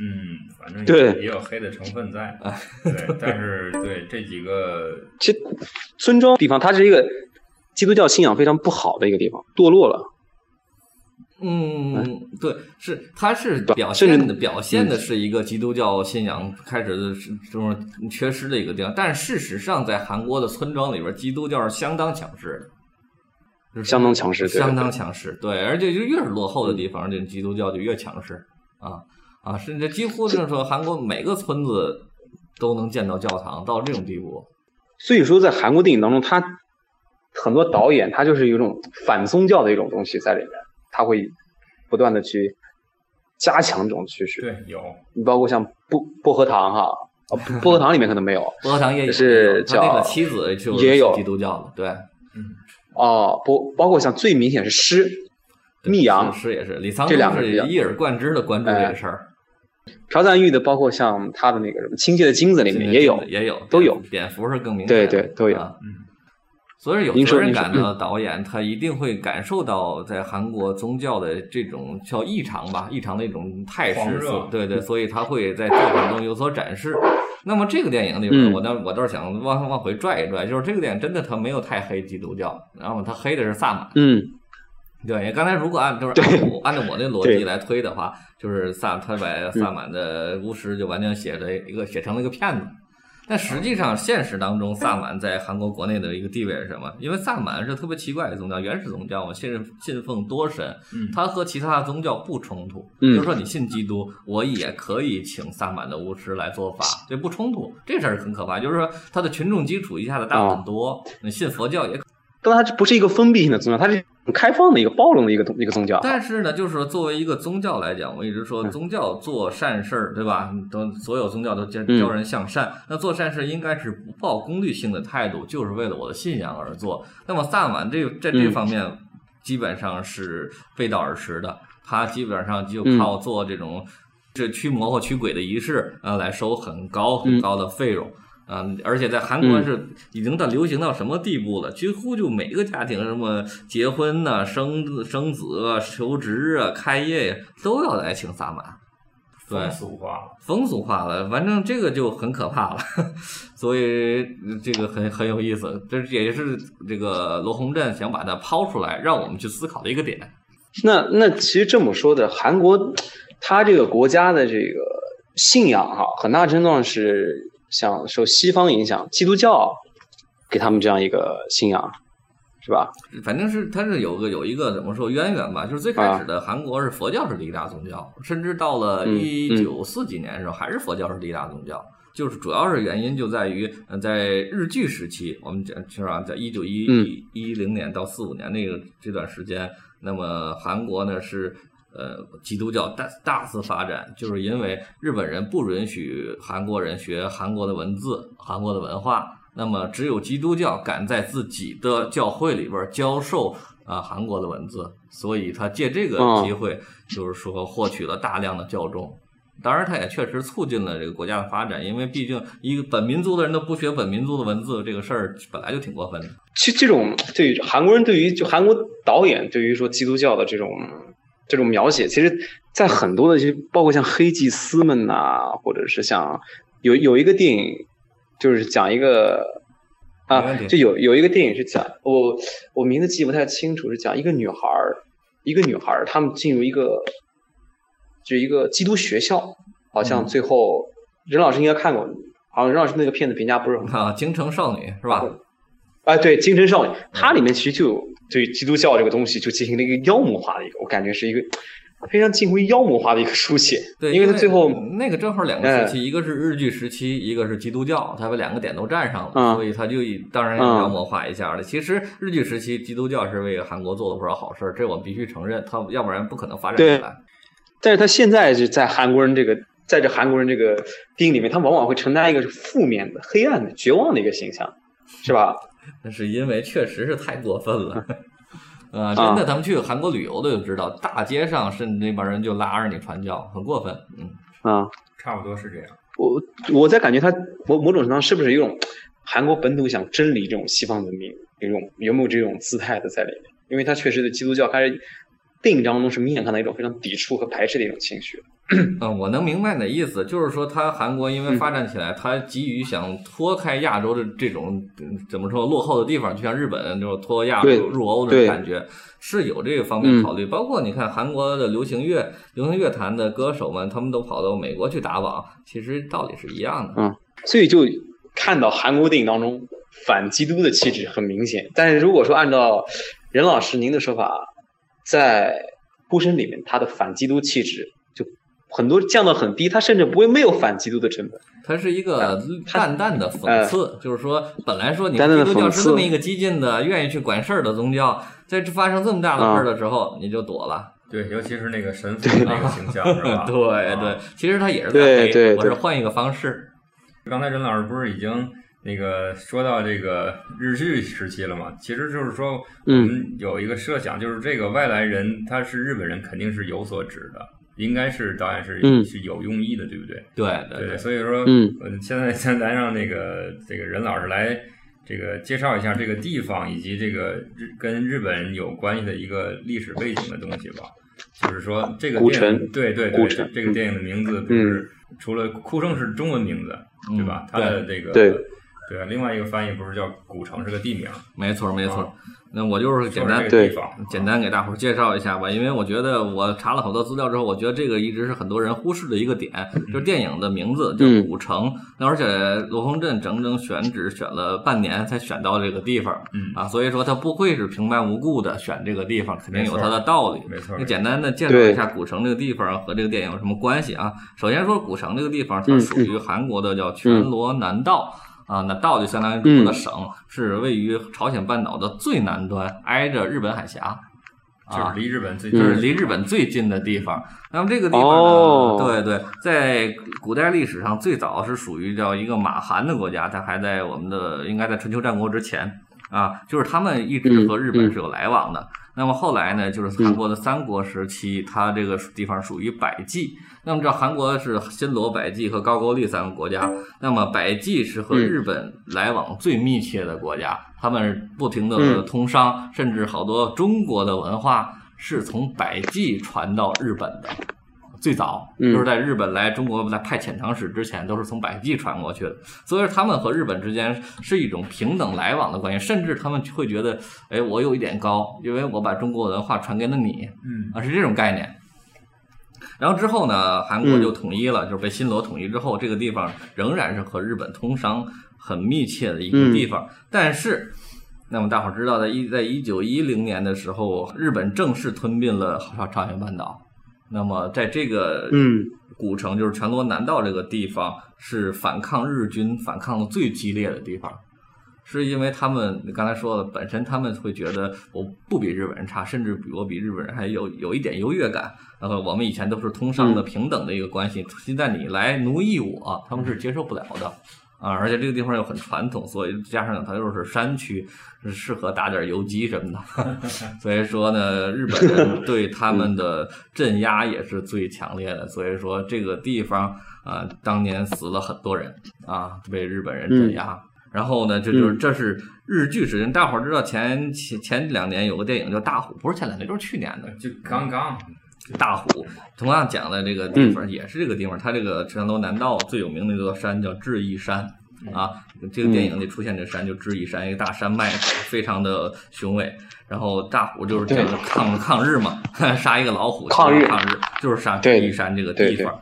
[SPEAKER 1] 嗯，反正也
[SPEAKER 3] 对
[SPEAKER 1] 也有黑的成分在。对，但是对这几个
[SPEAKER 3] 其实村庄地方它是一个基督教信仰非常不好的一个地方，堕落了。
[SPEAKER 2] 嗯，对，是，它是
[SPEAKER 3] 哎对
[SPEAKER 2] 表
[SPEAKER 3] 甚至嗯
[SPEAKER 2] 现的，表现的是一个基督教信仰开始的是这种缺失的一个地方，但事实上，在韩国的村庄里边，基督教是相当强势的。就是
[SPEAKER 3] 相当强势对嗯
[SPEAKER 2] 相当强势，对，而且就越是落后的地方，这基督教就越强势啊啊，甚至几乎就是说韩国每个村子都能见到教堂，到这种地步，
[SPEAKER 3] 所以说，在韩国电影当中，它很多导演他就是有一种反宗教的一种东西在里面，他会不断的去加强这种趋势。
[SPEAKER 1] 对嗯有
[SPEAKER 3] 你包括像薄薄荷糖 哈，啊薄薄荷糖里面可能没有
[SPEAKER 2] 薄荷堂也有，
[SPEAKER 3] 是
[SPEAKER 2] 他那
[SPEAKER 3] 叫
[SPEAKER 2] 个妻子就
[SPEAKER 3] 也有
[SPEAKER 2] 是基督教的，对，
[SPEAKER 3] 哦，包包括像最明显是诗，密阳
[SPEAKER 2] 是也是，李沧
[SPEAKER 3] 这两
[SPEAKER 2] 东
[SPEAKER 3] 个比较
[SPEAKER 2] 是一耳贯之的关注这个事儿，
[SPEAKER 3] 朴赞玉的，包括像他的那个什么《亲切的金子》里面哎也有，
[SPEAKER 2] 也有
[SPEAKER 3] 都有
[SPEAKER 2] 蝙蝠是更明显的，
[SPEAKER 3] 对对都有
[SPEAKER 2] 啊
[SPEAKER 1] 嗯
[SPEAKER 2] 所以有
[SPEAKER 3] 您说
[SPEAKER 2] 责任
[SPEAKER 3] 您说嗯
[SPEAKER 2] 感的导演，他一定会感受到在韩国宗教的这种叫异常吧，异常的一种态
[SPEAKER 1] 狂
[SPEAKER 2] 势，
[SPEAKER 1] 热
[SPEAKER 2] 所对对，
[SPEAKER 3] 嗯
[SPEAKER 2] 所以他会在作品中有所展示。那么这个电影里边，
[SPEAKER 3] 嗯
[SPEAKER 2] 我倒我倒是想往往回拽一拽，就是这个电影真的他没有太黑基督教，然后他黑的是萨满，
[SPEAKER 3] 嗯，
[SPEAKER 2] 对，刚才如果按就是按照我按照我那逻辑来推的话，就是萨他把萨满的巫师就完全写了一个写成了一个骗子。但实际上，现实当中，萨满在韩国国内的一个地位是什么？因为萨满是特别奇怪的宗教，原始宗教嘛，信信奉多神，
[SPEAKER 1] 嗯
[SPEAKER 2] 它和其他的宗教不冲突。
[SPEAKER 3] 嗯
[SPEAKER 2] 就是说，你信基督，我也可以请萨满的巫师来做法，这不冲突。这事儿很可怕，就是说它的群众基础一下子大很多。你信佛教也可以
[SPEAKER 3] 但它这不是一个封闭性的宗教，它是很开放的一个包容的一个东一个宗教。
[SPEAKER 2] 但是呢，就是说，作为一个宗教来讲，我一直
[SPEAKER 3] 嗯
[SPEAKER 2] 说宗教做善事儿，对吧？你都所有宗教都教
[SPEAKER 3] 嗯
[SPEAKER 2] 教人向善，那做善事应该是不抱功利性的态度，就是为了我的信仰而做。那么萨满这在这
[SPEAKER 3] 嗯
[SPEAKER 2] 方面，基本上是背道而驰的，他基本上就
[SPEAKER 3] 嗯
[SPEAKER 2] 靠呃做这种这驱魔或驱鬼的仪式啊来收很高很高的费用。嗯，而且在韩国是已经到流行到什么地步了？几乎就每个家庭什么结婚呐、生生子啊、求职啊、开业呀，都要来请萨满。对
[SPEAKER 1] 风，俗化了。
[SPEAKER 2] 风俗化了，反正这个就很可怕了， 所以这个很很有意思，这也是这个罗洪镇想把它抛出来，让我们去思考的一个点。
[SPEAKER 3] 那那其实这么说的，韩国它这个国家的这个信仰哈、很大程度上是像受西方影响，基督教给他们这样一个信仰，是吧？
[SPEAKER 2] 反正是它是有个有一个怎么说渊源吧，就是最开始的韩国是佛教是第一大宗教，甚至到了
[SPEAKER 3] 啊嗯
[SPEAKER 2] 一九四几年的时候，还是佛教是第一大宗教。就是主要是原因就在于，呃，在日据时期，我们讲是吧，在一九
[SPEAKER 3] 嗯
[SPEAKER 2] 一一零年到四五年那个这段时间，那么韩国呢是呃基督教大大肆发展，就是因为日本人不允许韩国人学韩国的文字、韩国的文化，那么只有基督教敢在自己的教会里边儿教授啊、呃韩国的文字，所以他借这个
[SPEAKER 3] 嗯
[SPEAKER 2] 机会，就是说获取了大量的教众。当然，它也确实促进了这个国家的发展，因为毕竟一个本民族的人都不学本民族的文字，这个事儿本来就挺过分的。
[SPEAKER 3] 其实这种对于韩国人对于就韩国导演对于说基督教的这种这种描写，其实，在很多的其实包括像黑祭司们呐、或者是像有有一个电影，就是讲一个
[SPEAKER 2] 没
[SPEAKER 3] 啊
[SPEAKER 2] 问题，
[SPEAKER 3] 就有有一个电影是讲我我名字记不太清楚，是讲一个女孩儿，一个女孩儿，她们进入一个就一个基督学校，好
[SPEAKER 2] 嗯
[SPEAKER 3] 像最后、任老师应该看过，好像任老师那个片子评价不是很好。
[SPEAKER 2] 啊，京城少女是吧？
[SPEAKER 3] 啊，对，精神少女，它里面其实就有对基督教这个东西就进行了一个妖魔化的一个，我感觉是一个非常近乎于妖魔化的一个书写。
[SPEAKER 2] 对，嗯
[SPEAKER 3] 因为它最后哎
[SPEAKER 2] 那个正好两个时期，一个是日据时期，一个是基督教，他把两个点都占上了，
[SPEAKER 3] 嗯
[SPEAKER 2] 所以他就以当然要妖魔化一下了。其实日据时期，基督教是为韩国做了不少好事儿，这我们必须承认，他要不然不可能发展
[SPEAKER 3] 对
[SPEAKER 2] 起来。
[SPEAKER 3] 但是他现在是在韩国人这个，在这韩国人这个电影里面，他往往会承担一个负面的、黑暗的、绝望的一个形象，是吧？
[SPEAKER 2] 那是因为确实是太过 分了。
[SPEAKER 3] 嗯
[SPEAKER 2] 啊，真的，咱们去韩国旅游的就知道，大街上甚至那帮人就拉着你传教，很过分。嗯，
[SPEAKER 3] 啊，
[SPEAKER 1] 差不多是这样。
[SPEAKER 3] 我我在感觉他某某种程度上是不是有一种韩国本土想真理这种西方文明有一种有没有这种姿态的在里面？因为他确实对基督教开始电影当中是明显看到一种非常抵触和排斥的一种情绪。
[SPEAKER 2] 嗯，我能明白你的意思，就是说，它韩国
[SPEAKER 3] 嗯
[SPEAKER 2] 因为发展起来，它急于想脱开亚洲的这种嗯怎么说落后的地方，就像日本就是脱亚
[SPEAKER 3] 对
[SPEAKER 2] 入入欧的
[SPEAKER 3] 对嗯
[SPEAKER 2] 感觉，是有这个方面考虑。包括你看韩国的流行乐、流行乐坛的歌手们，他们都跑到美国去打榜，其实道理是一样
[SPEAKER 3] 嗯
[SPEAKER 2] 的。
[SPEAKER 3] 所以就看到韩国电影当中反基督的气质很明显。但是如果说按照任老师您的说法，在《孤身》里面，他的反基督气质就很多降到很低，他甚至不会没有反基督的成本。
[SPEAKER 2] 它是一个淡淡的讽刺，就是说，本来说你
[SPEAKER 3] 呃淡
[SPEAKER 2] 们
[SPEAKER 3] 淡的
[SPEAKER 2] 基督教
[SPEAKER 3] 讽
[SPEAKER 2] 是
[SPEAKER 3] 刺
[SPEAKER 2] 这么一个激进的、愿意去管事儿的宗教，在这发生这么大
[SPEAKER 3] 啊
[SPEAKER 2] 的事儿的时候，你就躲了。？
[SPEAKER 1] 对，尤其是那个神父的那个形象是吧
[SPEAKER 2] 对
[SPEAKER 1] 啊
[SPEAKER 2] 对，其实他也是在
[SPEAKER 3] 对
[SPEAKER 2] 黑
[SPEAKER 3] 对
[SPEAKER 2] 我是
[SPEAKER 3] 对
[SPEAKER 2] 换一个方式。
[SPEAKER 1] 刚才任老师不是已经那个说到这个日剧时期了吗？其实就是说，我
[SPEAKER 3] 嗯
[SPEAKER 1] 们有一个设想，就是这个外来人他是日本人，肯定是有所指的，应该是导演是、
[SPEAKER 3] 嗯
[SPEAKER 1] 是有用意的，对不对？
[SPEAKER 2] 对
[SPEAKER 1] 对
[SPEAKER 2] 对，
[SPEAKER 1] 呃所以说，
[SPEAKER 3] 嗯
[SPEAKER 1] 呃，现在现在让那个这个任老师来这个介绍一下这个地方以及这个日跟日本有关系的一个历史背景的东西吧。就是说，这个
[SPEAKER 3] 古
[SPEAKER 1] 电影
[SPEAKER 3] 城
[SPEAKER 1] 对对
[SPEAKER 3] 古
[SPEAKER 1] 对
[SPEAKER 3] 城，嗯
[SPEAKER 1] 这个电影的名字不是、除了哭声是中文名字，
[SPEAKER 2] 嗯
[SPEAKER 1] 对吧？它的这个
[SPEAKER 3] 对
[SPEAKER 1] 对，另外一个翻译不是叫古城，是个地名，
[SPEAKER 2] 没错没错
[SPEAKER 1] 啊。
[SPEAKER 2] 那我就是简单
[SPEAKER 1] 说是这个
[SPEAKER 3] 对
[SPEAKER 1] 地方，
[SPEAKER 2] 简单给大伙儿介绍一下吧，因为我觉得我查了好多资料之后，我觉得这个一直是很多人忽视的一个点，
[SPEAKER 1] 嗯
[SPEAKER 2] 就是电影的名字叫《
[SPEAKER 3] 嗯
[SPEAKER 2] 古城》，那而且罗洪镇整整选址选了半年才选到这个地方，
[SPEAKER 1] 嗯
[SPEAKER 2] 啊，所以说他不会是平白无故的选这个地方，肯定
[SPEAKER 1] 没
[SPEAKER 2] 有
[SPEAKER 1] 错
[SPEAKER 2] 他的道理。
[SPEAKER 1] 没错
[SPEAKER 2] 那。简单的介绍一下古城这个地方和这个电影有什么关系啊？首先说古城这个地方，它
[SPEAKER 3] 嗯
[SPEAKER 2] 属于韩国的叫全罗南道。啊，那道就相当于
[SPEAKER 3] 嗯
[SPEAKER 2] 中国的省，是位于朝鲜半岛的最南端，挨着日本海峡，
[SPEAKER 1] 就
[SPEAKER 2] 啊
[SPEAKER 1] 是，离日本最
[SPEAKER 3] 嗯
[SPEAKER 1] 近
[SPEAKER 2] 就
[SPEAKER 1] 的地方
[SPEAKER 2] 是离日本最近的地方。那么这个地方呢，
[SPEAKER 3] 哦
[SPEAKER 2] 对对，在古代历史上最早是属于叫一个马韩的国家，它还
[SPEAKER 3] 嗯
[SPEAKER 2] 在我们的应该在春秋战国之前啊，就是他们一直和日本是有来往的。那么后来呢，就是韩国的三国时期，它这个地方属于百济。那么这韩国是新罗、百济和高句丽三个国家。那么百济是
[SPEAKER 3] 嗯
[SPEAKER 2] 和日本来往最密切的国家，他们不停的
[SPEAKER 3] 嗯
[SPEAKER 2] 通商，甚至好多中国的文化是从百济传到日本的。最早
[SPEAKER 3] 嗯
[SPEAKER 2] 就是在日本来中国来派遣长使之前，都是从百济传过去的。所以他们和日本之间是一种平等来往的关系，甚至他们会觉得，哎，我有一点高，因为我把中国文化传给了你，
[SPEAKER 5] 嗯，
[SPEAKER 2] 啊，是这种概念。然后之后呢，韩国就统一了，就是被新罗统一之后，这个地方仍然是和日本通商很密切的一个地方。但是，那么大伙儿知道的，一在一九一零年的时候，日本正式吞并了朝朝鲜半岛。那么在这个
[SPEAKER 3] 嗯
[SPEAKER 2] 古城，就是全罗南道这个地方，是反抗日军反抗的最激烈的地方。是因为他们你刚才说了，本身他们会觉得我不比日本人差，甚至比我比日本人还有有一点优越感。然后我们以前都是通商的平等的一个关系，现在你来奴役我，他们是接受不了的啊！而且这个地方又很传统，所以加上它又是山区，是适合打点游击什么的。 所以说呢，日本人对他们的镇压也是最强烈的。所以说这个地方啊、当年死了很多人啊，被日本人镇压。然后呢，这
[SPEAKER 3] 嗯
[SPEAKER 2] 就是这是日剧时间，大伙儿知道前前前两年有个电影叫《大虎》，不是前两年，就是去年的，
[SPEAKER 1] 就刚刚
[SPEAKER 2] 大虎，同样讲的这个地
[SPEAKER 3] 嗯
[SPEAKER 2] 方、也是这个地方，它这个全罗南道最有名的一座山叫智异山
[SPEAKER 1] 嗯
[SPEAKER 2] 啊，这个电
[SPEAKER 3] 嗯
[SPEAKER 2] 影里出现这山就智异山，一个大山脉，非常的雄伟。然后大虎就是这个抗抗日嘛，杀一个老虎
[SPEAKER 3] 抗日
[SPEAKER 2] 抗日就是杀智
[SPEAKER 3] 对
[SPEAKER 2] 异山这个
[SPEAKER 3] 对
[SPEAKER 2] 地
[SPEAKER 3] 对
[SPEAKER 2] 方。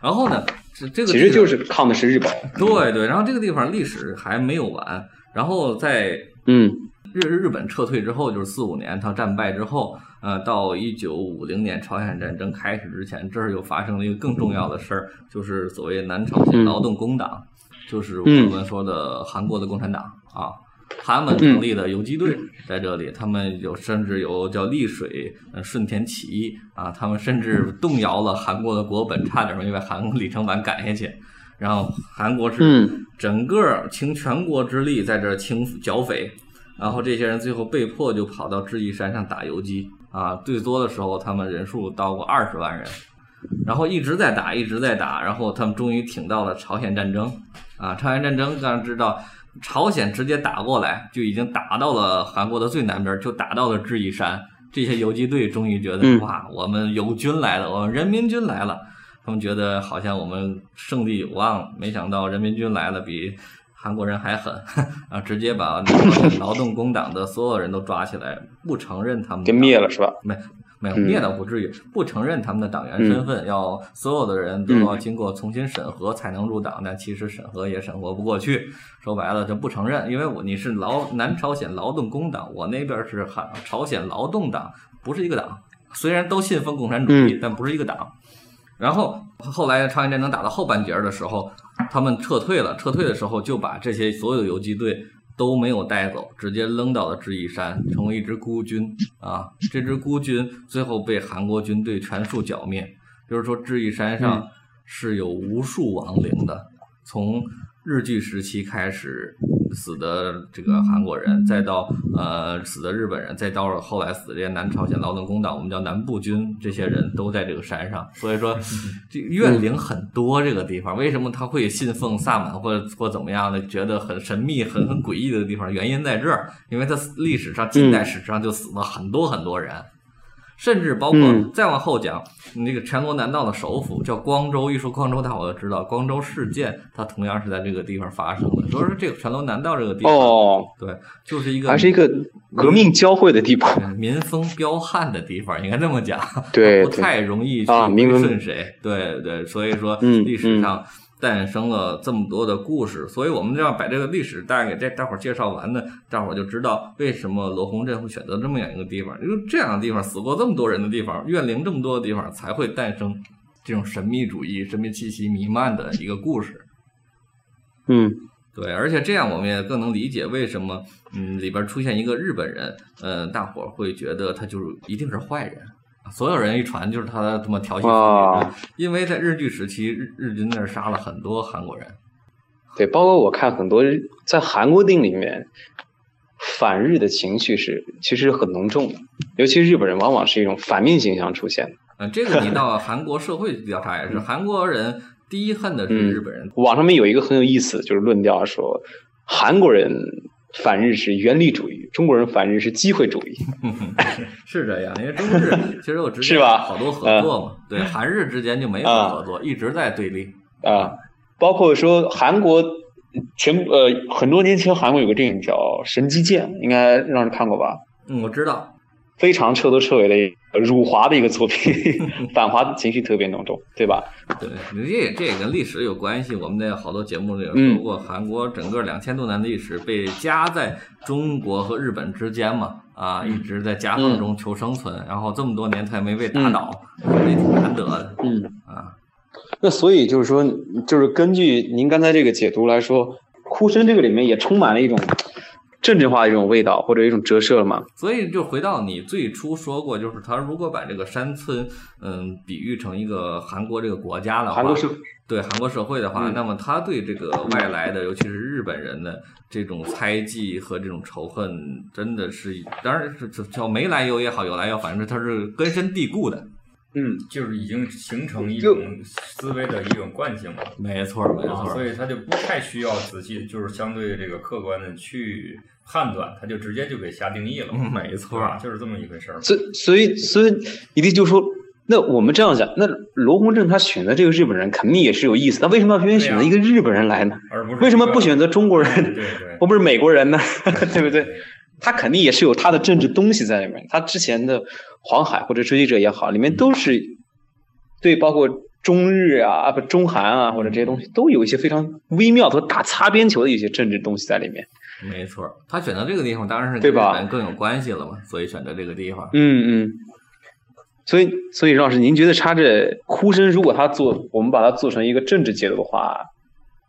[SPEAKER 2] 然后呢，这这个
[SPEAKER 3] 其实
[SPEAKER 2] 地方
[SPEAKER 3] 就是抗的是日本。
[SPEAKER 2] 对对，然后这个地方历史还没有完，然后在
[SPEAKER 3] 嗯
[SPEAKER 2] 日日本撤退之后，就是四五年它战败之后，呃，到一九五零年朝鲜战争开始之前，这儿又发生了一个更重要的事儿，就是所谓南朝鲜劳动工党，就是我们说的韩国的共产党啊。他们成立的游击队在这里，他们有甚至有叫丽水、呃顺田起义啊，他们甚至动摇了韩国的国本，差点没把韩国李承晚赶下去。然后韩国是
[SPEAKER 3] 嗯
[SPEAKER 2] 整个倾全国之力在这儿清剿匪，然后这些人最后被迫就跑到智异山上打游击啊，最多的时候他们人数到过二十万人，然后一直在打，一直在打，然后他们终于挺到了朝鲜战争啊，朝鲜战争大家知道。朝鲜直接打过来，就已经打到了韩国的最南边，就打到了智异山。这些游击队终于觉得，
[SPEAKER 3] 嗯
[SPEAKER 2] 哇，我们友军来了，我们人民军来了，他们觉得好像我们胜利有望，没想到人民军来了，比韩国人还狠 啊，直接把劳动工党的所有人都抓起来，不承认他们
[SPEAKER 3] 给
[SPEAKER 2] 的
[SPEAKER 3] 灭了是吧？
[SPEAKER 2] 没没有
[SPEAKER 3] 嗯
[SPEAKER 2] 灭倒不至于，不承认他们的党员身份，要所有的人都要经过重新审核才能入党，但其实审核也审核不过去。说白了，就不承认，因为我你是劳南朝鲜劳动工党，我那边是韩朝鲜劳动党，不是一个党。虽然都信奉共产主义，但不是一个党。然后后来朝鲜战争打到后半截儿的时候，他们撤退了。撤退的时候就把这些所有游击队都没有带走，直接扔到了智异山，成为一支孤军啊。这支孤军最后被韩国军队全数剿灭。就是说，智异山上是有无数亡灵的，从日据时期开始死的这个韩国人，再到呃死的日本人，再到后来死的这些南朝鲜劳动工党，我们叫南部军，这些人都在这个山上。所以说，这怨灵很多这个地方，为什么他会信奉萨满或者或怎么样的，觉得很神秘、很很诡异的地方，原因在这儿，因为他历史上近代史上就死了很多很多人。甚至包括
[SPEAKER 3] 嗯
[SPEAKER 2] 再往后讲，你那个全罗南道的首府叫光州，一说光州，大伙都知道光州事件，它同样是在这个地方发生的。所以说，这个全罗南道这个地方，
[SPEAKER 3] 哦，
[SPEAKER 2] 对，就是一个
[SPEAKER 3] 还是一个革命交汇的地方。
[SPEAKER 2] 呃民风彪悍的地方，应该这么讲，
[SPEAKER 3] 对
[SPEAKER 2] 不
[SPEAKER 3] 对
[SPEAKER 2] 太容易去
[SPEAKER 3] 啊民
[SPEAKER 2] 归
[SPEAKER 3] 风
[SPEAKER 2] 顺谁。对对，所以说
[SPEAKER 3] 嗯
[SPEAKER 2] 历史上诞生了这么多的故事，所以我们就要把这个历史大概给这大伙儿介绍完呢，大伙儿就知道为什么罗洪镇会选择这么样一个地方，因为这样的地方死过这么多人的地方，怨灵这么多的地方，才会诞生这种神秘主义、神秘气息弥漫的一个故事。
[SPEAKER 3] 嗯
[SPEAKER 2] 对，而且这样我们也更能理解为什么，嗯，里边出现一个日本人，呃，大伙儿会觉得他就是一定是坏人，所有人一传就是他他妈调戏妇女
[SPEAKER 6] 哦
[SPEAKER 3] 啊
[SPEAKER 2] 的，因为在日据时期，日日军那儿杀了很多韩国人，
[SPEAKER 3] 对，包括我看很多日在韩国电影里面，
[SPEAKER 6] 反日的情绪是其实很浓重的，尤其日本人往往是一种反面形象出现的。
[SPEAKER 2] 嗯，这个 你到韩国社会调查也是，韩国人第一恨的
[SPEAKER 6] 嗯
[SPEAKER 2] 是日本人。
[SPEAKER 6] 网上面有一个很有意思，就是论调说韩国人反日是原理主义，中国人反日是机会主义。
[SPEAKER 2] 是这样，因为中 日其实我之
[SPEAKER 6] 是
[SPEAKER 2] 前
[SPEAKER 6] 吧嗯
[SPEAKER 2] 好多合作嘛，对，韩日之间就没有
[SPEAKER 6] 啊
[SPEAKER 2] 合作，一直在对立。
[SPEAKER 6] 啊，
[SPEAKER 3] 包括说韩国前呃很多年前韩国有个电影叫《神机剑》，应该让人看过吧？
[SPEAKER 2] 嗯，我知道，
[SPEAKER 3] 非常彻头彻尾的一个辱华的一个 作品，反华情绪特别浓重，对吧？
[SPEAKER 2] 对，这也这也跟历史有关系。我们在好多节目里有
[SPEAKER 3] 嗯
[SPEAKER 2] 说过，韩国整个两千多年的历史被夹在中国和日本之间嘛，啊，一直在夹
[SPEAKER 3] 嗯
[SPEAKER 2] 缝中求生存，然后这么多年他也没被打倒，也挺难得的。
[SPEAKER 3] 嗯
[SPEAKER 2] 啊，
[SPEAKER 3] 那所以就是说，就是根据您刚才这个解读来说，《哭声》这个里面也充满了一种政治化的一种味道，或者一种折射了嘛？
[SPEAKER 2] 所以就回到你最初说过，就是他如果把这个山村，嗯，比喻成一个韩国这个国家啊的话，
[SPEAKER 3] 韩国是
[SPEAKER 2] 对韩国社会的话，
[SPEAKER 3] 嗯
[SPEAKER 2] 那么他对这个外来的，尤其是日本人的这种猜忌和这种仇恨，真的是，当然是是叫没来由也好，有来由，反正它是根深蒂固的。
[SPEAKER 3] 嗯
[SPEAKER 1] 就是已经形成一种思维的一种惯性了。
[SPEAKER 2] 没错，没
[SPEAKER 1] 啊，
[SPEAKER 2] 错
[SPEAKER 1] 所。以他就不太需要仔细，就是相对这个客观的去判断，他就直接就给下定义了。
[SPEAKER 2] 嗯没错
[SPEAKER 1] 啊，就是这么一回事儿嘛。
[SPEAKER 3] 所以所以所以一定就说，那我们这样想，那罗洪正他选择这个日本人肯定也是有意思，他为什么要偏偏选择一个日本人来呢？
[SPEAKER 1] 而不是
[SPEAKER 3] 为什么
[SPEAKER 1] 一个
[SPEAKER 3] 不选择中国
[SPEAKER 1] 对
[SPEAKER 3] 人，
[SPEAKER 1] 对
[SPEAKER 3] 或不是美国人呢？ 对不对？他肯定也是有他的政治东西在里面。他之前的《黄海》或者《追击者》也好，里面都是对包括中日啊、啊不中韩啊或者这些东西，都有一些非常微妙和打擦边球的一些政治东西在里面。
[SPEAKER 2] 没错。他选择这个地方，当然是
[SPEAKER 3] 对
[SPEAKER 2] 跟日
[SPEAKER 3] 吧
[SPEAKER 2] 本更有关系了嘛，所以选择这个地方。
[SPEAKER 3] 嗯嗯。所以，所以任老师，您觉得他这哭声，如果他做，我们把它做成一个政治解读的话，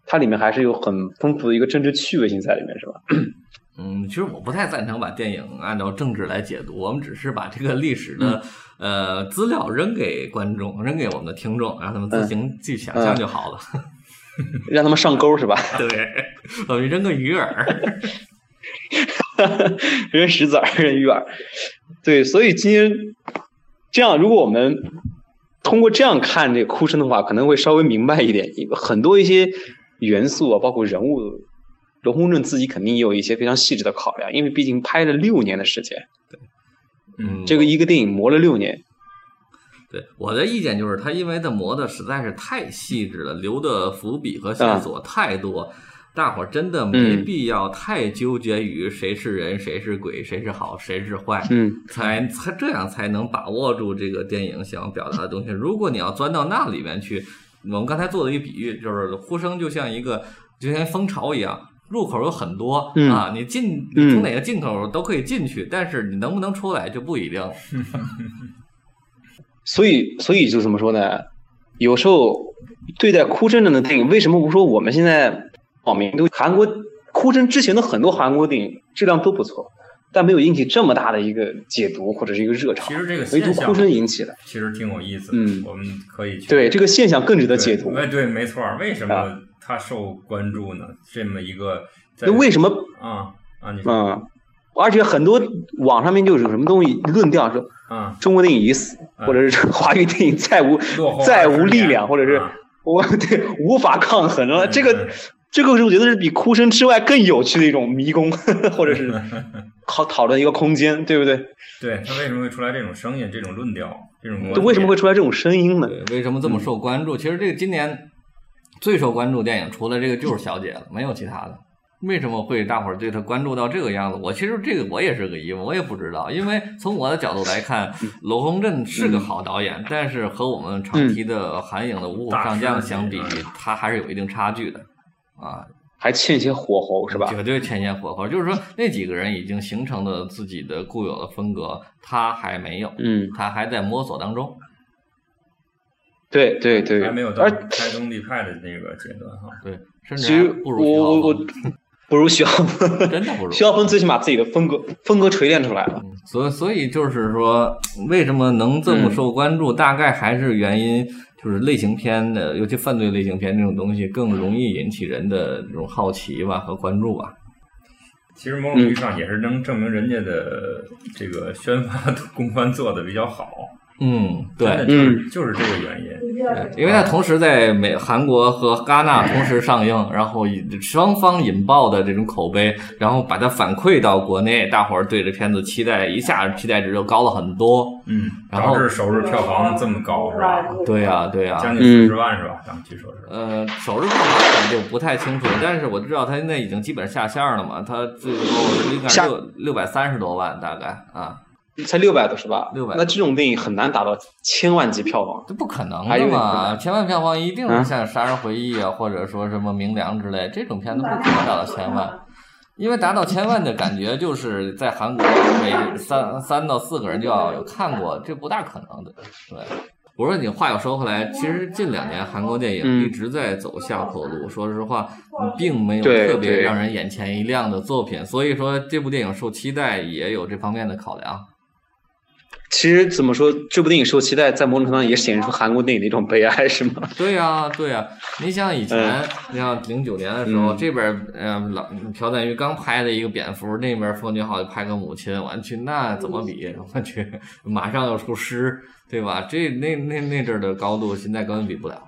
[SPEAKER 3] 它里面还是有很丰富的一个政治趣味性在里面，是吧？
[SPEAKER 2] 嗯，其实我不太赞成把电影按照政治来解读，我们只是把这个历史的、
[SPEAKER 3] 嗯
[SPEAKER 2] 呃资料扔给观众，扔给我们的听众，让他们
[SPEAKER 3] 嗯
[SPEAKER 2] 自行去想象就好了。
[SPEAKER 3] 让他们上钩，是吧？
[SPEAKER 2] 对，我们扔个鱼饵。
[SPEAKER 3] 扔石子儿，扔鱼饵。对，所以今天这样，如果我们通过这样看这个哭声的话，可能会稍微明白一点，很多一些元素啊，包括人物。罗洪正自己肯定也有一些非常细致的考量，因为毕竟拍了六年的时间，
[SPEAKER 2] 嗯，
[SPEAKER 3] 这个一个电影磨了六年，
[SPEAKER 2] 对我的意见就是，它因为它磨的实在是太细致了，留的伏笔和线索太多，大伙儿真的没
[SPEAKER 3] 啊嗯
[SPEAKER 2] 必要太纠结于谁是人、谁是鬼、谁是好、谁是坏。
[SPEAKER 3] 嗯，
[SPEAKER 2] 才才这样才能把握住这个电影想表达的东西。如果你要钻到那里面去，我们刚才做了一个比喻，就是呼声就像一个就像蜂巢一样，入口有很多、
[SPEAKER 3] 嗯
[SPEAKER 2] 啊，你进
[SPEAKER 3] 嗯
[SPEAKER 2] 你从哪个进口都可以进去，但是你能不能出来就不一定了。
[SPEAKER 3] 所以，所以就怎么说呢？有时候对待哭真正的电影，为什么不说我们现在网民都韩国哭真之前的很多韩国电影质量都不错，但没有引起这么大的一个解读或者是一个热潮
[SPEAKER 1] 其，实这个
[SPEAKER 3] 唯独
[SPEAKER 1] 现象
[SPEAKER 3] 哭真引起的。
[SPEAKER 1] 其实挺有意思的，
[SPEAKER 3] 嗯
[SPEAKER 1] 我们可以去
[SPEAKER 3] 对这个现象更值得解
[SPEAKER 1] 对
[SPEAKER 3] 读。
[SPEAKER 1] 哎，对，没错儿。为什
[SPEAKER 3] 啊
[SPEAKER 1] 么它受关注呢？这么一个在
[SPEAKER 3] 那为什么？
[SPEAKER 1] 啊啊，你说
[SPEAKER 3] 嗯，而且很多网上面就是有什么东西论调说
[SPEAKER 1] 啊，
[SPEAKER 3] 中国电影已死，
[SPEAKER 1] 嗯
[SPEAKER 3] 或者是华语电影再无
[SPEAKER 1] 落后
[SPEAKER 3] 再
[SPEAKER 1] 20
[SPEAKER 3] 无力
[SPEAKER 1] 年
[SPEAKER 3] 量，或者是
[SPEAKER 1] 啊
[SPEAKER 3] 我 对无法抗衡了。这
[SPEAKER 1] 嗯
[SPEAKER 3] 个
[SPEAKER 1] 嗯
[SPEAKER 3] 这个是我觉得是比哭声之外更有趣的一种迷宫， 或者 是考讨论一个空间，对不对？
[SPEAKER 1] 对它为什么会出来这种声音、这种论调、这
[SPEAKER 2] 嗯
[SPEAKER 1] 种
[SPEAKER 3] 就
[SPEAKER 1] 观
[SPEAKER 3] 嗯为什
[SPEAKER 1] 点
[SPEAKER 3] 么会出来这种声音呢？
[SPEAKER 2] 对，为什么这
[SPEAKER 3] 嗯
[SPEAKER 2] 么受关注？其实这个今年最受关注电影，除了这个就是《小姐》了，没有其他的。为什么会大伙儿对她关注到这个样子？我其实这个我也是个疑问，我也不知道。因为从我的角度来看，
[SPEAKER 3] 嗯
[SPEAKER 2] 罗洪镇是个好导演，但是和我们常提的韩影的《五虎上将》相比
[SPEAKER 1] 大师级，
[SPEAKER 2] 他还是有一定差距的。啊，
[SPEAKER 3] 还欠一些火候是吧？
[SPEAKER 2] 绝对前沿火候，就是说那几个人已经形成了自己的固有的风格，他还没有，
[SPEAKER 3] 嗯，
[SPEAKER 2] 他还在摸索当中。
[SPEAKER 3] 对对对。
[SPEAKER 1] 还没有到
[SPEAKER 3] 而
[SPEAKER 1] 开宗立派的那个阶段哈？
[SPEAKER 2] 对，甚
[SPEAKER 3] 其
[SPEAKER 2] 至
[SPEAKER 3] 实
[SPEAKER 2] 还
[SPEAKER 3] 我
[SPEAKER 2] 不如徐浩
[SPEAKER 3] 我我
[SPEAKER 2] 峰
[SPEAKER 3] 不如徐浩峰，
[SPEAKER 2] 真的不如
[SPEAKER 3] 徐浩峰最起码自己的风格风格锤炼出来了。
[SPEAKER 2] 所以所以就是说，为什么能这
[SPEAKER 1] 嗯
[SPEAKER 2] 么受关注？大概还是原因就是类型片的，尤其犯罪类型片这种东西，更容易引起人的这种好奇吧和关注吧。
[SPEAKER 1] 其实某
[SPEAKER 3] 嗯
[SPEAKER 1] 种意义上也是能证明人家的这个宣发的公关做的比较好，
[SPEAKER 2] 嗯，
[SPEAKER 1] 真的
[SPEAKER 2] 对，
[SPEAKER 1] 就是就是这个原因。
[SPEAKER 2] 对因为它同时在美、韩国和戛纳同时上映，然后引双方引爆的这种口碑，然后把它反馈到国内，大伙儿对这片子期待一下期待值就高了很多。
[SPEAKER 1] 嗯，
[SPEAKER 2] 然后
[SPEAKER 1] 导致首日票房这么高是吧？
[SPEAKER 2] 对呀、对呀、
[SPEAKER 1] 将近四
[SPEAKER 3] 嗯
[SPEAKER 1] 十万是吧？当据说是。
[SPEAKER 2] 呃，首日票房就不太清楚，但是我知道它现在已经基本上下线了嘛，它最后应该
[SPEAKER 3] 下
[SPEAKER 2] 六六百三十多万大概啊，
[SPEAKER 3] 才六百多是吧？
[SPEAKER 2] 600
[SPEAKER 3] 那这种电影很难达到千万级票房。
[SPEAKER 2] 这不可能
[SPEAKER 3] 还以
[SPEAKER 2] 的
[SPEAKER 3] 为
[SPEAKER 2] 嘛！千万票房一定是
[SPEAKER 3] 嗯
[SPEAKER 2] 像《杀人回忆》啊，或者说什么《明良》之类这种片子，不
[SPEAKER 4] 嗯
[SPEAKER 2] 可能达到千万。因为达到千万的感觉，就是在韩国每三三到四个人就要有看过，这不大可能的。对，不是你话又说回来，其实近两年韩国电影
[SPEAKER 3] 嗯
[SPEAKER 2] 一直在走下坡路，说实话，并没有
[SPEAKER 3] 对
[SPEAKER 2] 特别
[SPEAKER 3] 对
[SPEAKER 2] 让人眼前一亮的作品，所以说这部电影受期待也有这方面的考量。
[SPEAKER 3] 其实怎么说，这部电影受期待，在某种程度上也显示出韩国电影的一种悲哀，是吗？
[SPEAKER 2] 对呀、对呀、你像以前，你像零九年的时候，
[SPEAKER 3] 嗯
[SPEAKER 2] 这边儿呃老朴赞郁刚拍了一个蝙蝠，那边奉俊昊拍个母亲，我去那怎么比？
[SPEAKER 3] 嗯
[SPEAKER 2] 我去，马上要出师，对吧？这那那那阵儿的高度，现在根本比不了。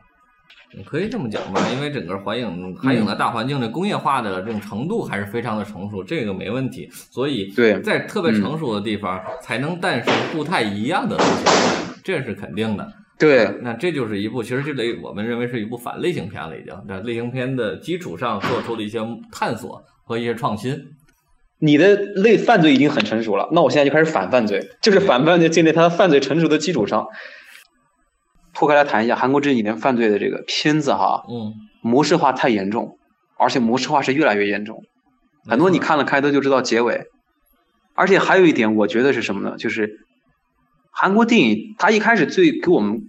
[SPEAKER 2] 你可以这么讲吧，因为整个环影韩影的大环境的工业化的这种程度还是非常的成熟，这个没问题。所以
[SPEAKER 3] 对
[SPEAKER 2] 在特别
[SPEAKER 3] 嗯
[SPEAKER 2] 成熟的地方，才能诞生不太一样的东西，这是肯定的。
[SPEAKER 3] 对，
[SPEAKER 2] 那这就是一部，其实这类我们认为是一部反类型片了，已经在类型片的基础上做出了一些探索和一些创新。
[SPEAKER 3] 你的类犯罪已经很成熟了，那我现在就开始反犯罪，就是反犯罪建立它的犯罪成熟的基础上。拓开来谈一下韩国这几年犯罪的这个片子哈，
[SPEAKER 2] 嗯，
[SPEAKER 3] 模式化太严重，而且模式化是越来越严重。很多你看了开头就知道结尾，而且还有一点，我觉得是什么呢？就是韩国电影它一开始最给我们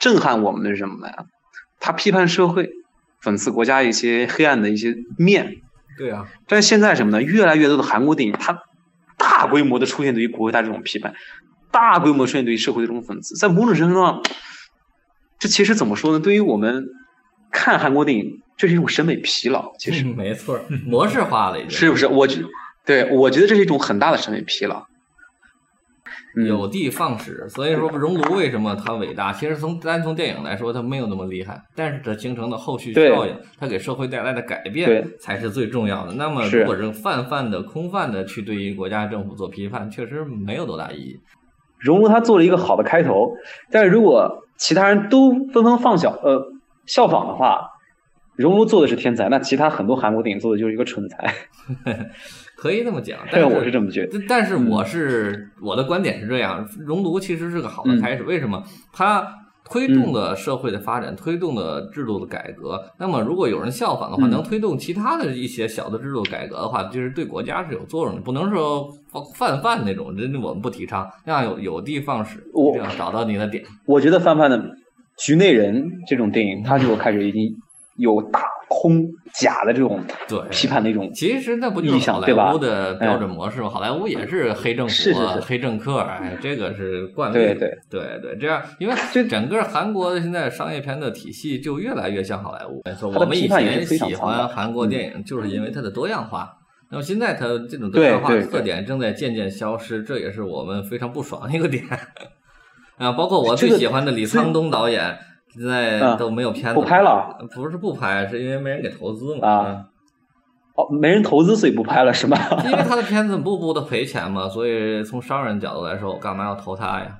[SPEAKER 3] 震撼我们的是什么呢？它批判社会，讽刺国家一些黑暗的一些面。
[SPEAKER 2] 对啊，
[SPEAKER 3] 但是现在什么呢？越来越多的韩国电影，它大规模的出现对于国家这种批判，大规模出现对于社会的这种讽刺，在某种程度上，这其实怎么说呢？对于我们看韩国电影，这是一种审美疲劳，其实、
[SPEAKER 2] 没错儿，模式化了已经。
[SPEAKER 3] 是不是？我觉对我觉得这是一种很大的审美疲劳。嗯
[SPEAKER 2] 有的放矢，所以说荣炉为什么它伟大？其实从单从电影来说，它没有那么厉害，但是它形成的后续效应，它给社会带来的改变
[SPEAKER 3] 对
[SPEAKER 2] 才是最重要的。那么，
[SPEAKER 3] 是
[SPEAKER 2] 如果是泛泛的、空泛的去对于国家政府做批判，确实没有多大意义。
[SPEAKER 3] 荣如他做了一个好的开头，但是如果其他人都纷纷放小呃效仿的话，荣如做的是天才，那其他很多韩国电影做的就是一个蠢才，
[SPEAKER 2] 可以这么讲，但
[SPEAKER 3] 但
[SPEAKER 2] 是
[SPEAKER 3] 我是这么觉得。
[SPEAKER 2] 但但是我是、我的观点是这样，熔炉其实是个好
[SPEAKER 3] 嗯
[SPEAKER 2] 的开始。为什么？它推动了社会的发展，推动了制度的改革。那么，如果有人效仿的话，
[SPEAKER 3] 嗯
[SPEAKER 2] 能推动其他的一些小的制度改革的话，就是对国家是有作用的，不能说泛泛那种，这这我们不提倡。要有有的放矢，
[SPEAKER 3] 我
[SPEAKER 2] 一定要找到你的点。
[SPEAKER 3] 我觉得范范的《局内人》这种电影，它就开始已经有大空假的这种
[SPEAKER 2] 对，
[SPEAKER 3] 批判的一种。
[SPEAKER 2] 其实那不就
[SPEAKER 3] 意
[SPEAKER 2] 是
[SPEAKER 3] 向
[SPEAKER 2] 好
[SPEAKER 3] 对
[SPEAKER 2] 莱
[SPEAKER 3] 吧嗯
[SPEAKER 2] 坞的标准模式吗？好莱坞也是黑政府、啊
[SPEAKER 3] 是是是
[SPEAKER 2] 黑政客，哎，这个是惯例。
[SPEAKER 3] 对对
[SPEAKER 2] 对对，这样， 因为这整个韩国的现在商业片的体系就越来越像好莱坞。没错，
[SPEAKER 3] 它的
[SPEAKER 2] 我们以
[SPEAKER 3] 批判也
[SPEAKER 2] 前
[SPEAKER 3] 是非常
[SPEAKER 2] 喜
[SPEAKER 3] 强
[SPEAKER 2] 欢
[SPEAKER 3] 的嗯
[SPEAKER 2] 韩国电影，就是因为它的多样化。那么现在它这种多样化
[SPEAKER 3] 对
[SPEAKER 2] 的
[SPEAKER 3] 对
[SPEAKER 2] 特点正在渐渐消失，这也是我们非常不爽的一个点。 啊，包括我最
[SPEAKER 3] 这个
[SPEAKER 2] 喜欢的李沧东导演，现在
[SPEAKER 3] 嗯
[SPEAKER 2] 都没有片子
[SPEAKER 3] 不拍了。
[SPEAKER 2] 不是不拍，是因为没人给投资嘛。
[SPEAKER 3] 啊
[SPEAKER 2] 嗯
[SPEAKER 3] 哦，没人投资，所以不拍了是吧？
[SPEAKER 2] 因为他的片子步步的赔钱嘛，所以从商人角度来说，我干嘛要投他呀？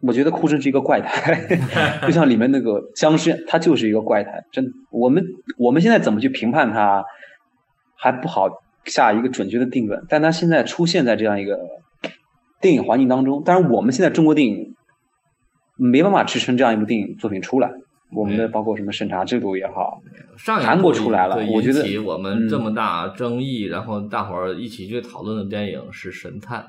[SPEAKER 3] 我觉得库申是一个怪 胎，就像里面那个僵尸，他就是一个怪胎。真的，我们我们现在怎么去评判他，还不好下一个准确的定论。但他现在出现在这样一个电影环境当中，当然我们现在中国电影没办法支撑这样一部电影作品出来。我们的包括什么审查制度也好，
[SPEAKER 2] 上一部
[SPEAKER 3] 韩国出来了
[SPEAKER 2] 对
[SPEAKER 3] 我觉得嗯
[SPEAKER 2] 引起我们这么大争议，然后大伙儿一起去讨论的电影是《神探》。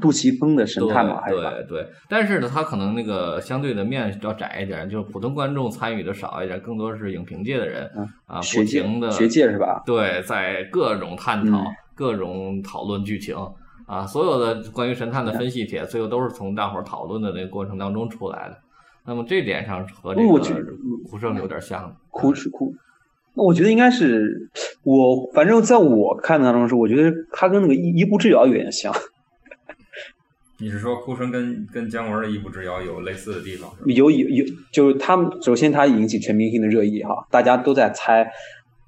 [SPEAKER 3] 杜琪峰的神探嘛，还有吧
[SPEAKER 2] 对对，但是呢，他可能那个相对的面要窄一点，就是普通观众参与的少一点，更多是影评界的人、
[SPEAKER 3] 嗯
[SPEAKER 2] 啊，不
[SPEAKER 3] 学界
[SPEAKER 2] 停的
[SPEAKER 3] 学界是吧？
[SPEAKER 2] 对，在各种探讨、
[SPEAKER 3] 嗯
[SPEAKER 2] 各种讨论剧情啊，所有的关于神探的分析帖，最后都是从大伙儿讨论的那个过程当中出来的。那么这点上和这
[SPEAKER 3] 我觉嗯
[SPEAKER 2] 个胡胜有点像，
[SPEAKER 3] 苦是苦，那我觉得应该是我，反正在我看当中是，我觉得他跟那个一一步之遥有点像，
[SPEAKER 1] 你是说哭声跟跟姜文的《一步之遥》有类似的地方是吧？
[SPEAKER 3] 有有有，就是他们首先他引起全明星的热议哈，大家都在猜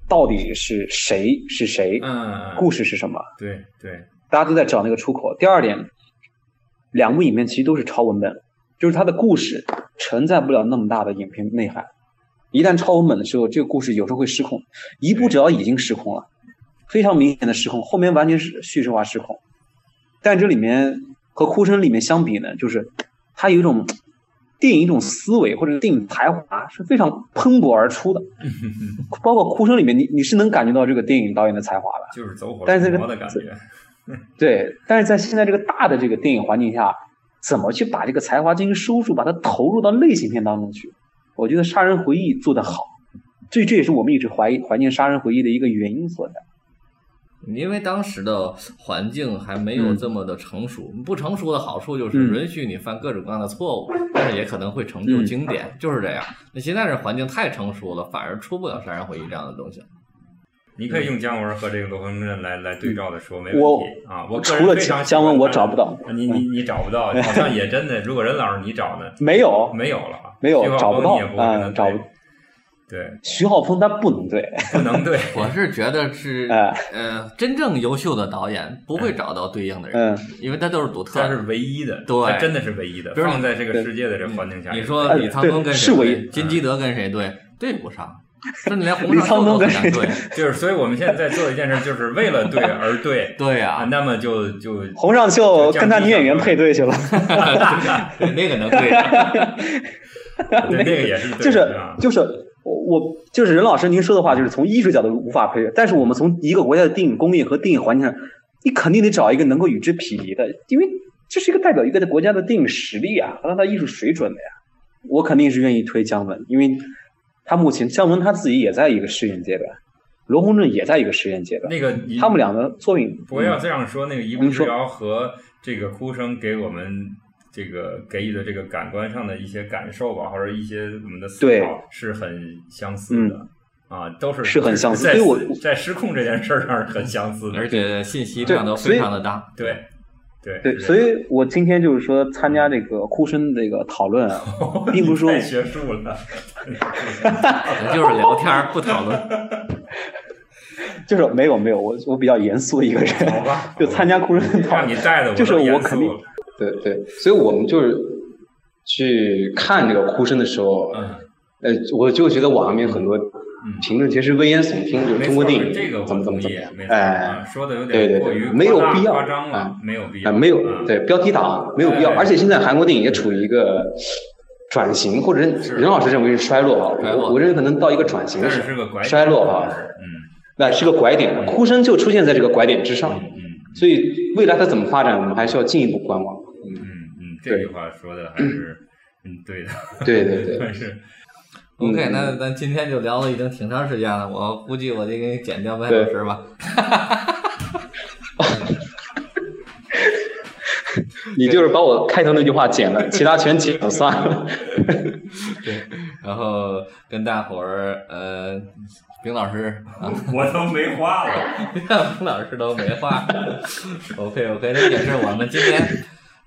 [SPEAKER 3] 到底是谁是谁，
[SPEAKER 1] 嗯，
[SPEAKER 3] 故事是什么，
[SPEAKER 1] 对对，
[SPEAKER 3] 大家都在找那个出口。第二点，两部影片其实都是超文本，就是它的故事承载不了那么大的影片内涵。一旦超文本的时候，这个故事有时候会失控。一步只要已经失控了，非常明显的失控，后面完全是叙事化失控。但这里面和哭声里面相比呢，就是它有一种电影一种思维或者电影才华是非常喷薄而出的。包括哭声里面，你你是能感觉到这个电影导演的才华的。
[SPEAKER 1] 就是走火
[SPEAKER 3] 但是
[SPEAKER 1] 入
[SPEAKER 3] 这
[SPEAKER 1] 魔
[SPEAKER 3] 个
[SPEAKER 1] 的感觉。
[SPEAKER 3] 对，但是在现在这个大的这个电影环境下，怎么去把这个才华进行输出，把它投入到类型片当中去？我觉得《杀人回忆》做得好，这这也是我们一直怀疑怀念《杀人回忆》的一个原因所在。
[SPEAKER 2] 因为当时的环境还没有这么的成熟，不成熟的好处就是
[SPEAKER 3] 嗯
[SPEAKER 2] 允许你犯各种各样的错误，但是也可能会成就
[SPEAKER 3] 嗯
[SPEAKER 2] 经典，就是这样。那现在这环境太成熟了，反而出不了《杀人回忆》这样的东西。
[SPEAKER 1] 你可以用姜文和这个罗恒镇来来对照的说，没
[SPEAKER 3] 我
[SPEAKER 1] 问题啊。我个人
[SPEAKER 3] 除了
[SPEAKER 1] 非常喜
[SPEAKER 3] 姜文，
[SPEAKER 1] 欢
[SPEAKER 3] 我
[SPEAKER 1] 看
[SPEAKER 3] 找不到，
[SPEAKER 1] 你你你找不 到，好像也真的。如果任老师你找呢，
[SPEAKER 3] 没有
[SPEAKER 1] 哦没有了，
[SPEAKER 3] 没有
[SPEAKER 1] 徐浩
[SPEAKER 3] 找不
[SPEAKER 1] 峰
[SPEAKER 3] 到
[SPEAKER 1] 你也不会跟他
[SPEAKER 3] 嗯找
[SPEAKER 1] 对
[SPEAKER 3] 不
[SPEAKER 1] 对，
[SPEAKER 3] 徐浩峰，他不能对，
[SPEAKER 1] 不能 对。
[SPEAKER 2] 我是觉得是
[SPEAKER 3] 哎
[SPEAKER 2] 呃，真正优秀的导演不会找到对应的人，
[SPEAKER 3] 嗯，
[SPEAKER 2] 因为他都是独特
[SPEAKER 1] 他
[SPEAKER 2] 的。
[SPEAKER 1] 是唯一的，
[SPEAKER 2] 对
[SPEAKER 1] 他真的是唯一的。
[SPEAKER 2] 比如你
[SPEAKER 1] 放在这个世界的这环境下，
[SPEAKER 2] 你说
[SPEAKER 3] 哎
[SPEAKER 2] 李沧东跟谁
[SPEAKER 3] 对是我
[SPEAKER 2] 对？
[SPEAKER 3] 也
[SPEAKER 2] 金基德跟谁对？对 不上，甚至连洪
[SPEAKER 3] 李
[SPEAKER 2] 尚秀
[SPEAKER 3] 沧
[SPEAKER 2] 都
[SPEAKER 3] 东
[SPEAKER 2] 很
[SPEAKER 3] 跟谁
[SPEAKER 2] 难对。
[SPEAKER 1] 就是，所以我们现在在做的一件事，就是为了对而对
[SPEAKER 2] 对呀、
[SPEAKER 1] 啊， 那么就就
[SPEAKER 3] 洪尚秀跟他女演员配对去了，
[SPEAKER 2] 对那个能 对上。
[SPEAKER 1] 对那个也是对
[SPEAKER 3] 就是
[SPEAKER 1] 啊
[SPEAKER 3] 就是我我就是任老师您说的话，就是从艺术角度无法配对，但是我们从一个国家的电影工业和电影环境上，你肯定得找一个能够与之匹敌的，因为这是一个代表一个国家的电影实力啊和它的艺术水准的呀。我肯定是愿意推姜文，因为他目前姜文他自己也在一个试验阶段，罗红镇也在一个试验阶段，
[SPEAKER 1] 那个你
[SPEAKER 3] 他们俩的作品，嗯
[SPEAKER 1] 不过要这样说，那个一步之遥和这个哭声给我们这个给予的这个感官上的一些感受吧，或者一些我们的思
[SPEAKER 3] 对
[SPEAKER 1] 考是很相似的、啊，都是
[SPEAKER 3] 是很相似
[SPEAKER 1] 在
[SPEAKER 3] 所以我
[SPEAKER 1] 在失控这件事儿上是很相似的
[SPEAKER 2] 而，且信息量都非常的大。
[SPEAKER 1] 对对
[SPEAKER 3] 对，所以我今天就是说参加这个哭声这个讨论啊， 并不是说
[SPEAKER 1] 太学术了，
[SPEAKER 2] 咱就是聊天儿不 讨
[SPEAKER 1] 嗯
[SPEAKER 2] 论。
[SPEAKER 3] 就是没有没有，我我比较严肃的一个人，，
[SPEAKER 1] 好吧
[SPEAKER 3] 就参加哭声讨
[SPEAKER 1] 让你
[SPEAKER 3] 论。
[SPEAKER 1] 带的
[SPEAKER 3] 就是
[SPEAKER 1] 都
[SPEAKER 3] 我
[SPEAKER 1] 严
[SPEAKER 3] 肯定
[SPEAKER 1] 肃了，
[SPEAKER 5] 对对，所以我们就是去看这个哭声的时候，
[SPEAKER 1] 嗯。
[SPEAKER 5] 呃，我就觉得网上面很多评论其实危言耸听，就是
[SPEAKER 1] 没
[SPEAKER 5] 中
[SPEAKER 1] 错
[SPEAKER 5] 国，电影
[SPEAKER 1] 这个我
[SPEAKER 5] 怎么怎么
[SPEAKER 1] 同
[SPEAKER 5] 怎
[SPEAKER 1] 意
[SPEAKER 5] 么样，
[SPEAKER 1] 没，错，啊
[SPEAKER 5] 哎，
[SPEAKER 1] 说的有点
[SPEAKER 5] 对对对
[SPEAKER 1] 过于
[SPEAKER 5] 没有
[SPEAKER 1] 夸大
[SPEAKER 5] 必要
[SPEAKER 1] 夸张了
[SPEAKER 5] 哎，
[SPEAKER 1] 没有必
[SPEAKER 5] 啊
[SPEAKER 1] 要，
[SPEAKER 5] 没有
[SPEAKER 1] 嗯
[SPEAKER 5] 对标题党没有必要，
[SPEAKER 1] 哎
[SPEAKER 5] 而且现在韩国电影也处于一个转型，或者任老师认为是衰落吧，
[SPEAKER 2] 衰落
[SPEAKER 5] 我我认为可能到一个转型的
[SPEAKER 1] 但
[SPEAKER 5] 时
[SPEAKER 1] 是
[SPEAKER 5] 候
[SPEAKER 1] 是个拐点
[SPEAKER 5] 衰落啊
[SPEAKER 1] 但是嗯
[SPEAKER 5] 那是个拐点，哭声就出现在这个拐点之上，
[SPEAKER 1] 嗯
[SPEAKER 5] 所以未来它怎么发展，我们还是要进一步 观望。
[SPEAKER 1] 嗯
[SPEAKER 5] 嗯，
[SPEAKER 1] 嗯，这句话说的还 是嗯对的，
[SPEAKER 5] 对对对。
[SPEAKER 1] 但是
[SPEAKER 2] OK，
[SPEAKER 5] 嗯
[SPEAKER 2] 那咱今天就聊了已经挺长时间了，我估计我得给你剪掉半小时吧。
[SPEAKER 5] 你就是把我开头那句话剪了，其他全剪了算了。
[SPEAKER 2] 然后跟大伙儿，呃，丙老师啊，
[SPEAKER 1] 我都没话 了。
[SPEAKER 2] 丙老师都没话。OK OK，这也是我们今天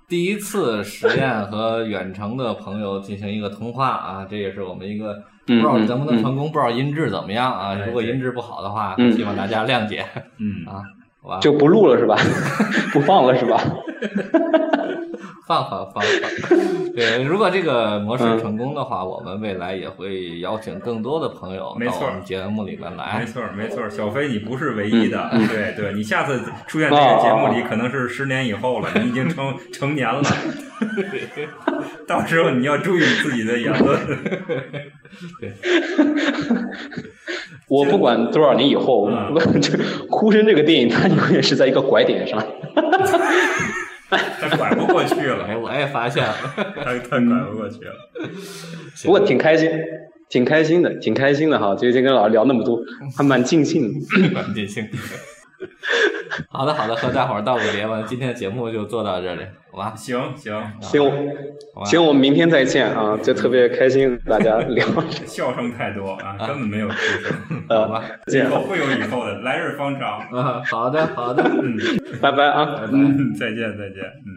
[SPEAKER 2] 第一次实验和远程的朋友进行一个通话啊，这也是我们一个不知道能不能成功，不知道音质怎么样啊。
[SPEAKER 1] 嗯哎
[SPEAKER 2] 如果
[SPEAKER 1] 对
[SPEAKER 2] 音质不好的话，
[SPEAKER 5] 嗯
[SPEAKER 2] 希望大家谅解。
[SPEAKER 1] 嗯，
[SPEAKER 2] 好吧，
[SPEAKER 5] 就不录了是吧？ 不放了是吧？
[SPEAKER 2] 放放 放放。对，如果这个模式成功的话，我们未来也会邀请更多的朋友
[SPEAKER 1] 没
[SPEAKER 2] 到
[SPEAKER 1] 错
[SPEAKER 2] 我们节目里面
[SPEAKER 1] 没
[SPEAKER 2] 来。
[SPEAKER 1] 错儿没错儿，小飞你不是唯一的，
[SPEAKER 5] 嗯
[SPEAKER 1] 对对，你下次出现这
[SPEAKER 5] 哦
[SPEAKER 1] 个节目里可能是十年以后了，你已经 成成年了，到时候你要注意你自己的言论。
[SPEAKER 5] 我不管多少年以后，
[SPEAKER 1] 嗯
[SPEAKER 5] 我这《哭声》这个电影，它永远是在一个拐点上。
[SPEAKER 1] 他拐不过去了，
[SPEAKER 2] 哎，我也 发现了，
[SPEAKER 1] 他他拐不过去了。
[SPEAKER 5] 不过挺开心，挺开
[SPEAKER 2] 嗯
[SPEAKER 5] 心的，挺开心的哈。最近跟老师聊那么多，还蛮尽兴的。
[SPEAKER 2] 蛮尽兴。好的，好的，和大伙儿道个别吧，今天的节目就做到这里，好吧？
[SPEAKER 1] 行行，
[SPEAKER 5] 行，我
[SPEAKER 2] 好吧
[SPEAKER 5] 行，我们明天再见啊！就特别开心和大家 聊，
[SPEAKER 1] 笑声太多啊，根本没有出声。
[SPEAKER 2] 好
[SPEAKER 5] 呃，
[SPEAKER 2] 吧，
[SPEAKER 5] 再见
[SPEAKER 1] 以，后会有以后的，来日方长。
[SPEAKER 2] 嗯，好的，好的。
[SPEAKER 1] 嗯，
[SPEAKER 5] 拜拜啊！
[SPEAKER 2] 拜拜
[SPEAKER 1] 嗯再见再见，嗯。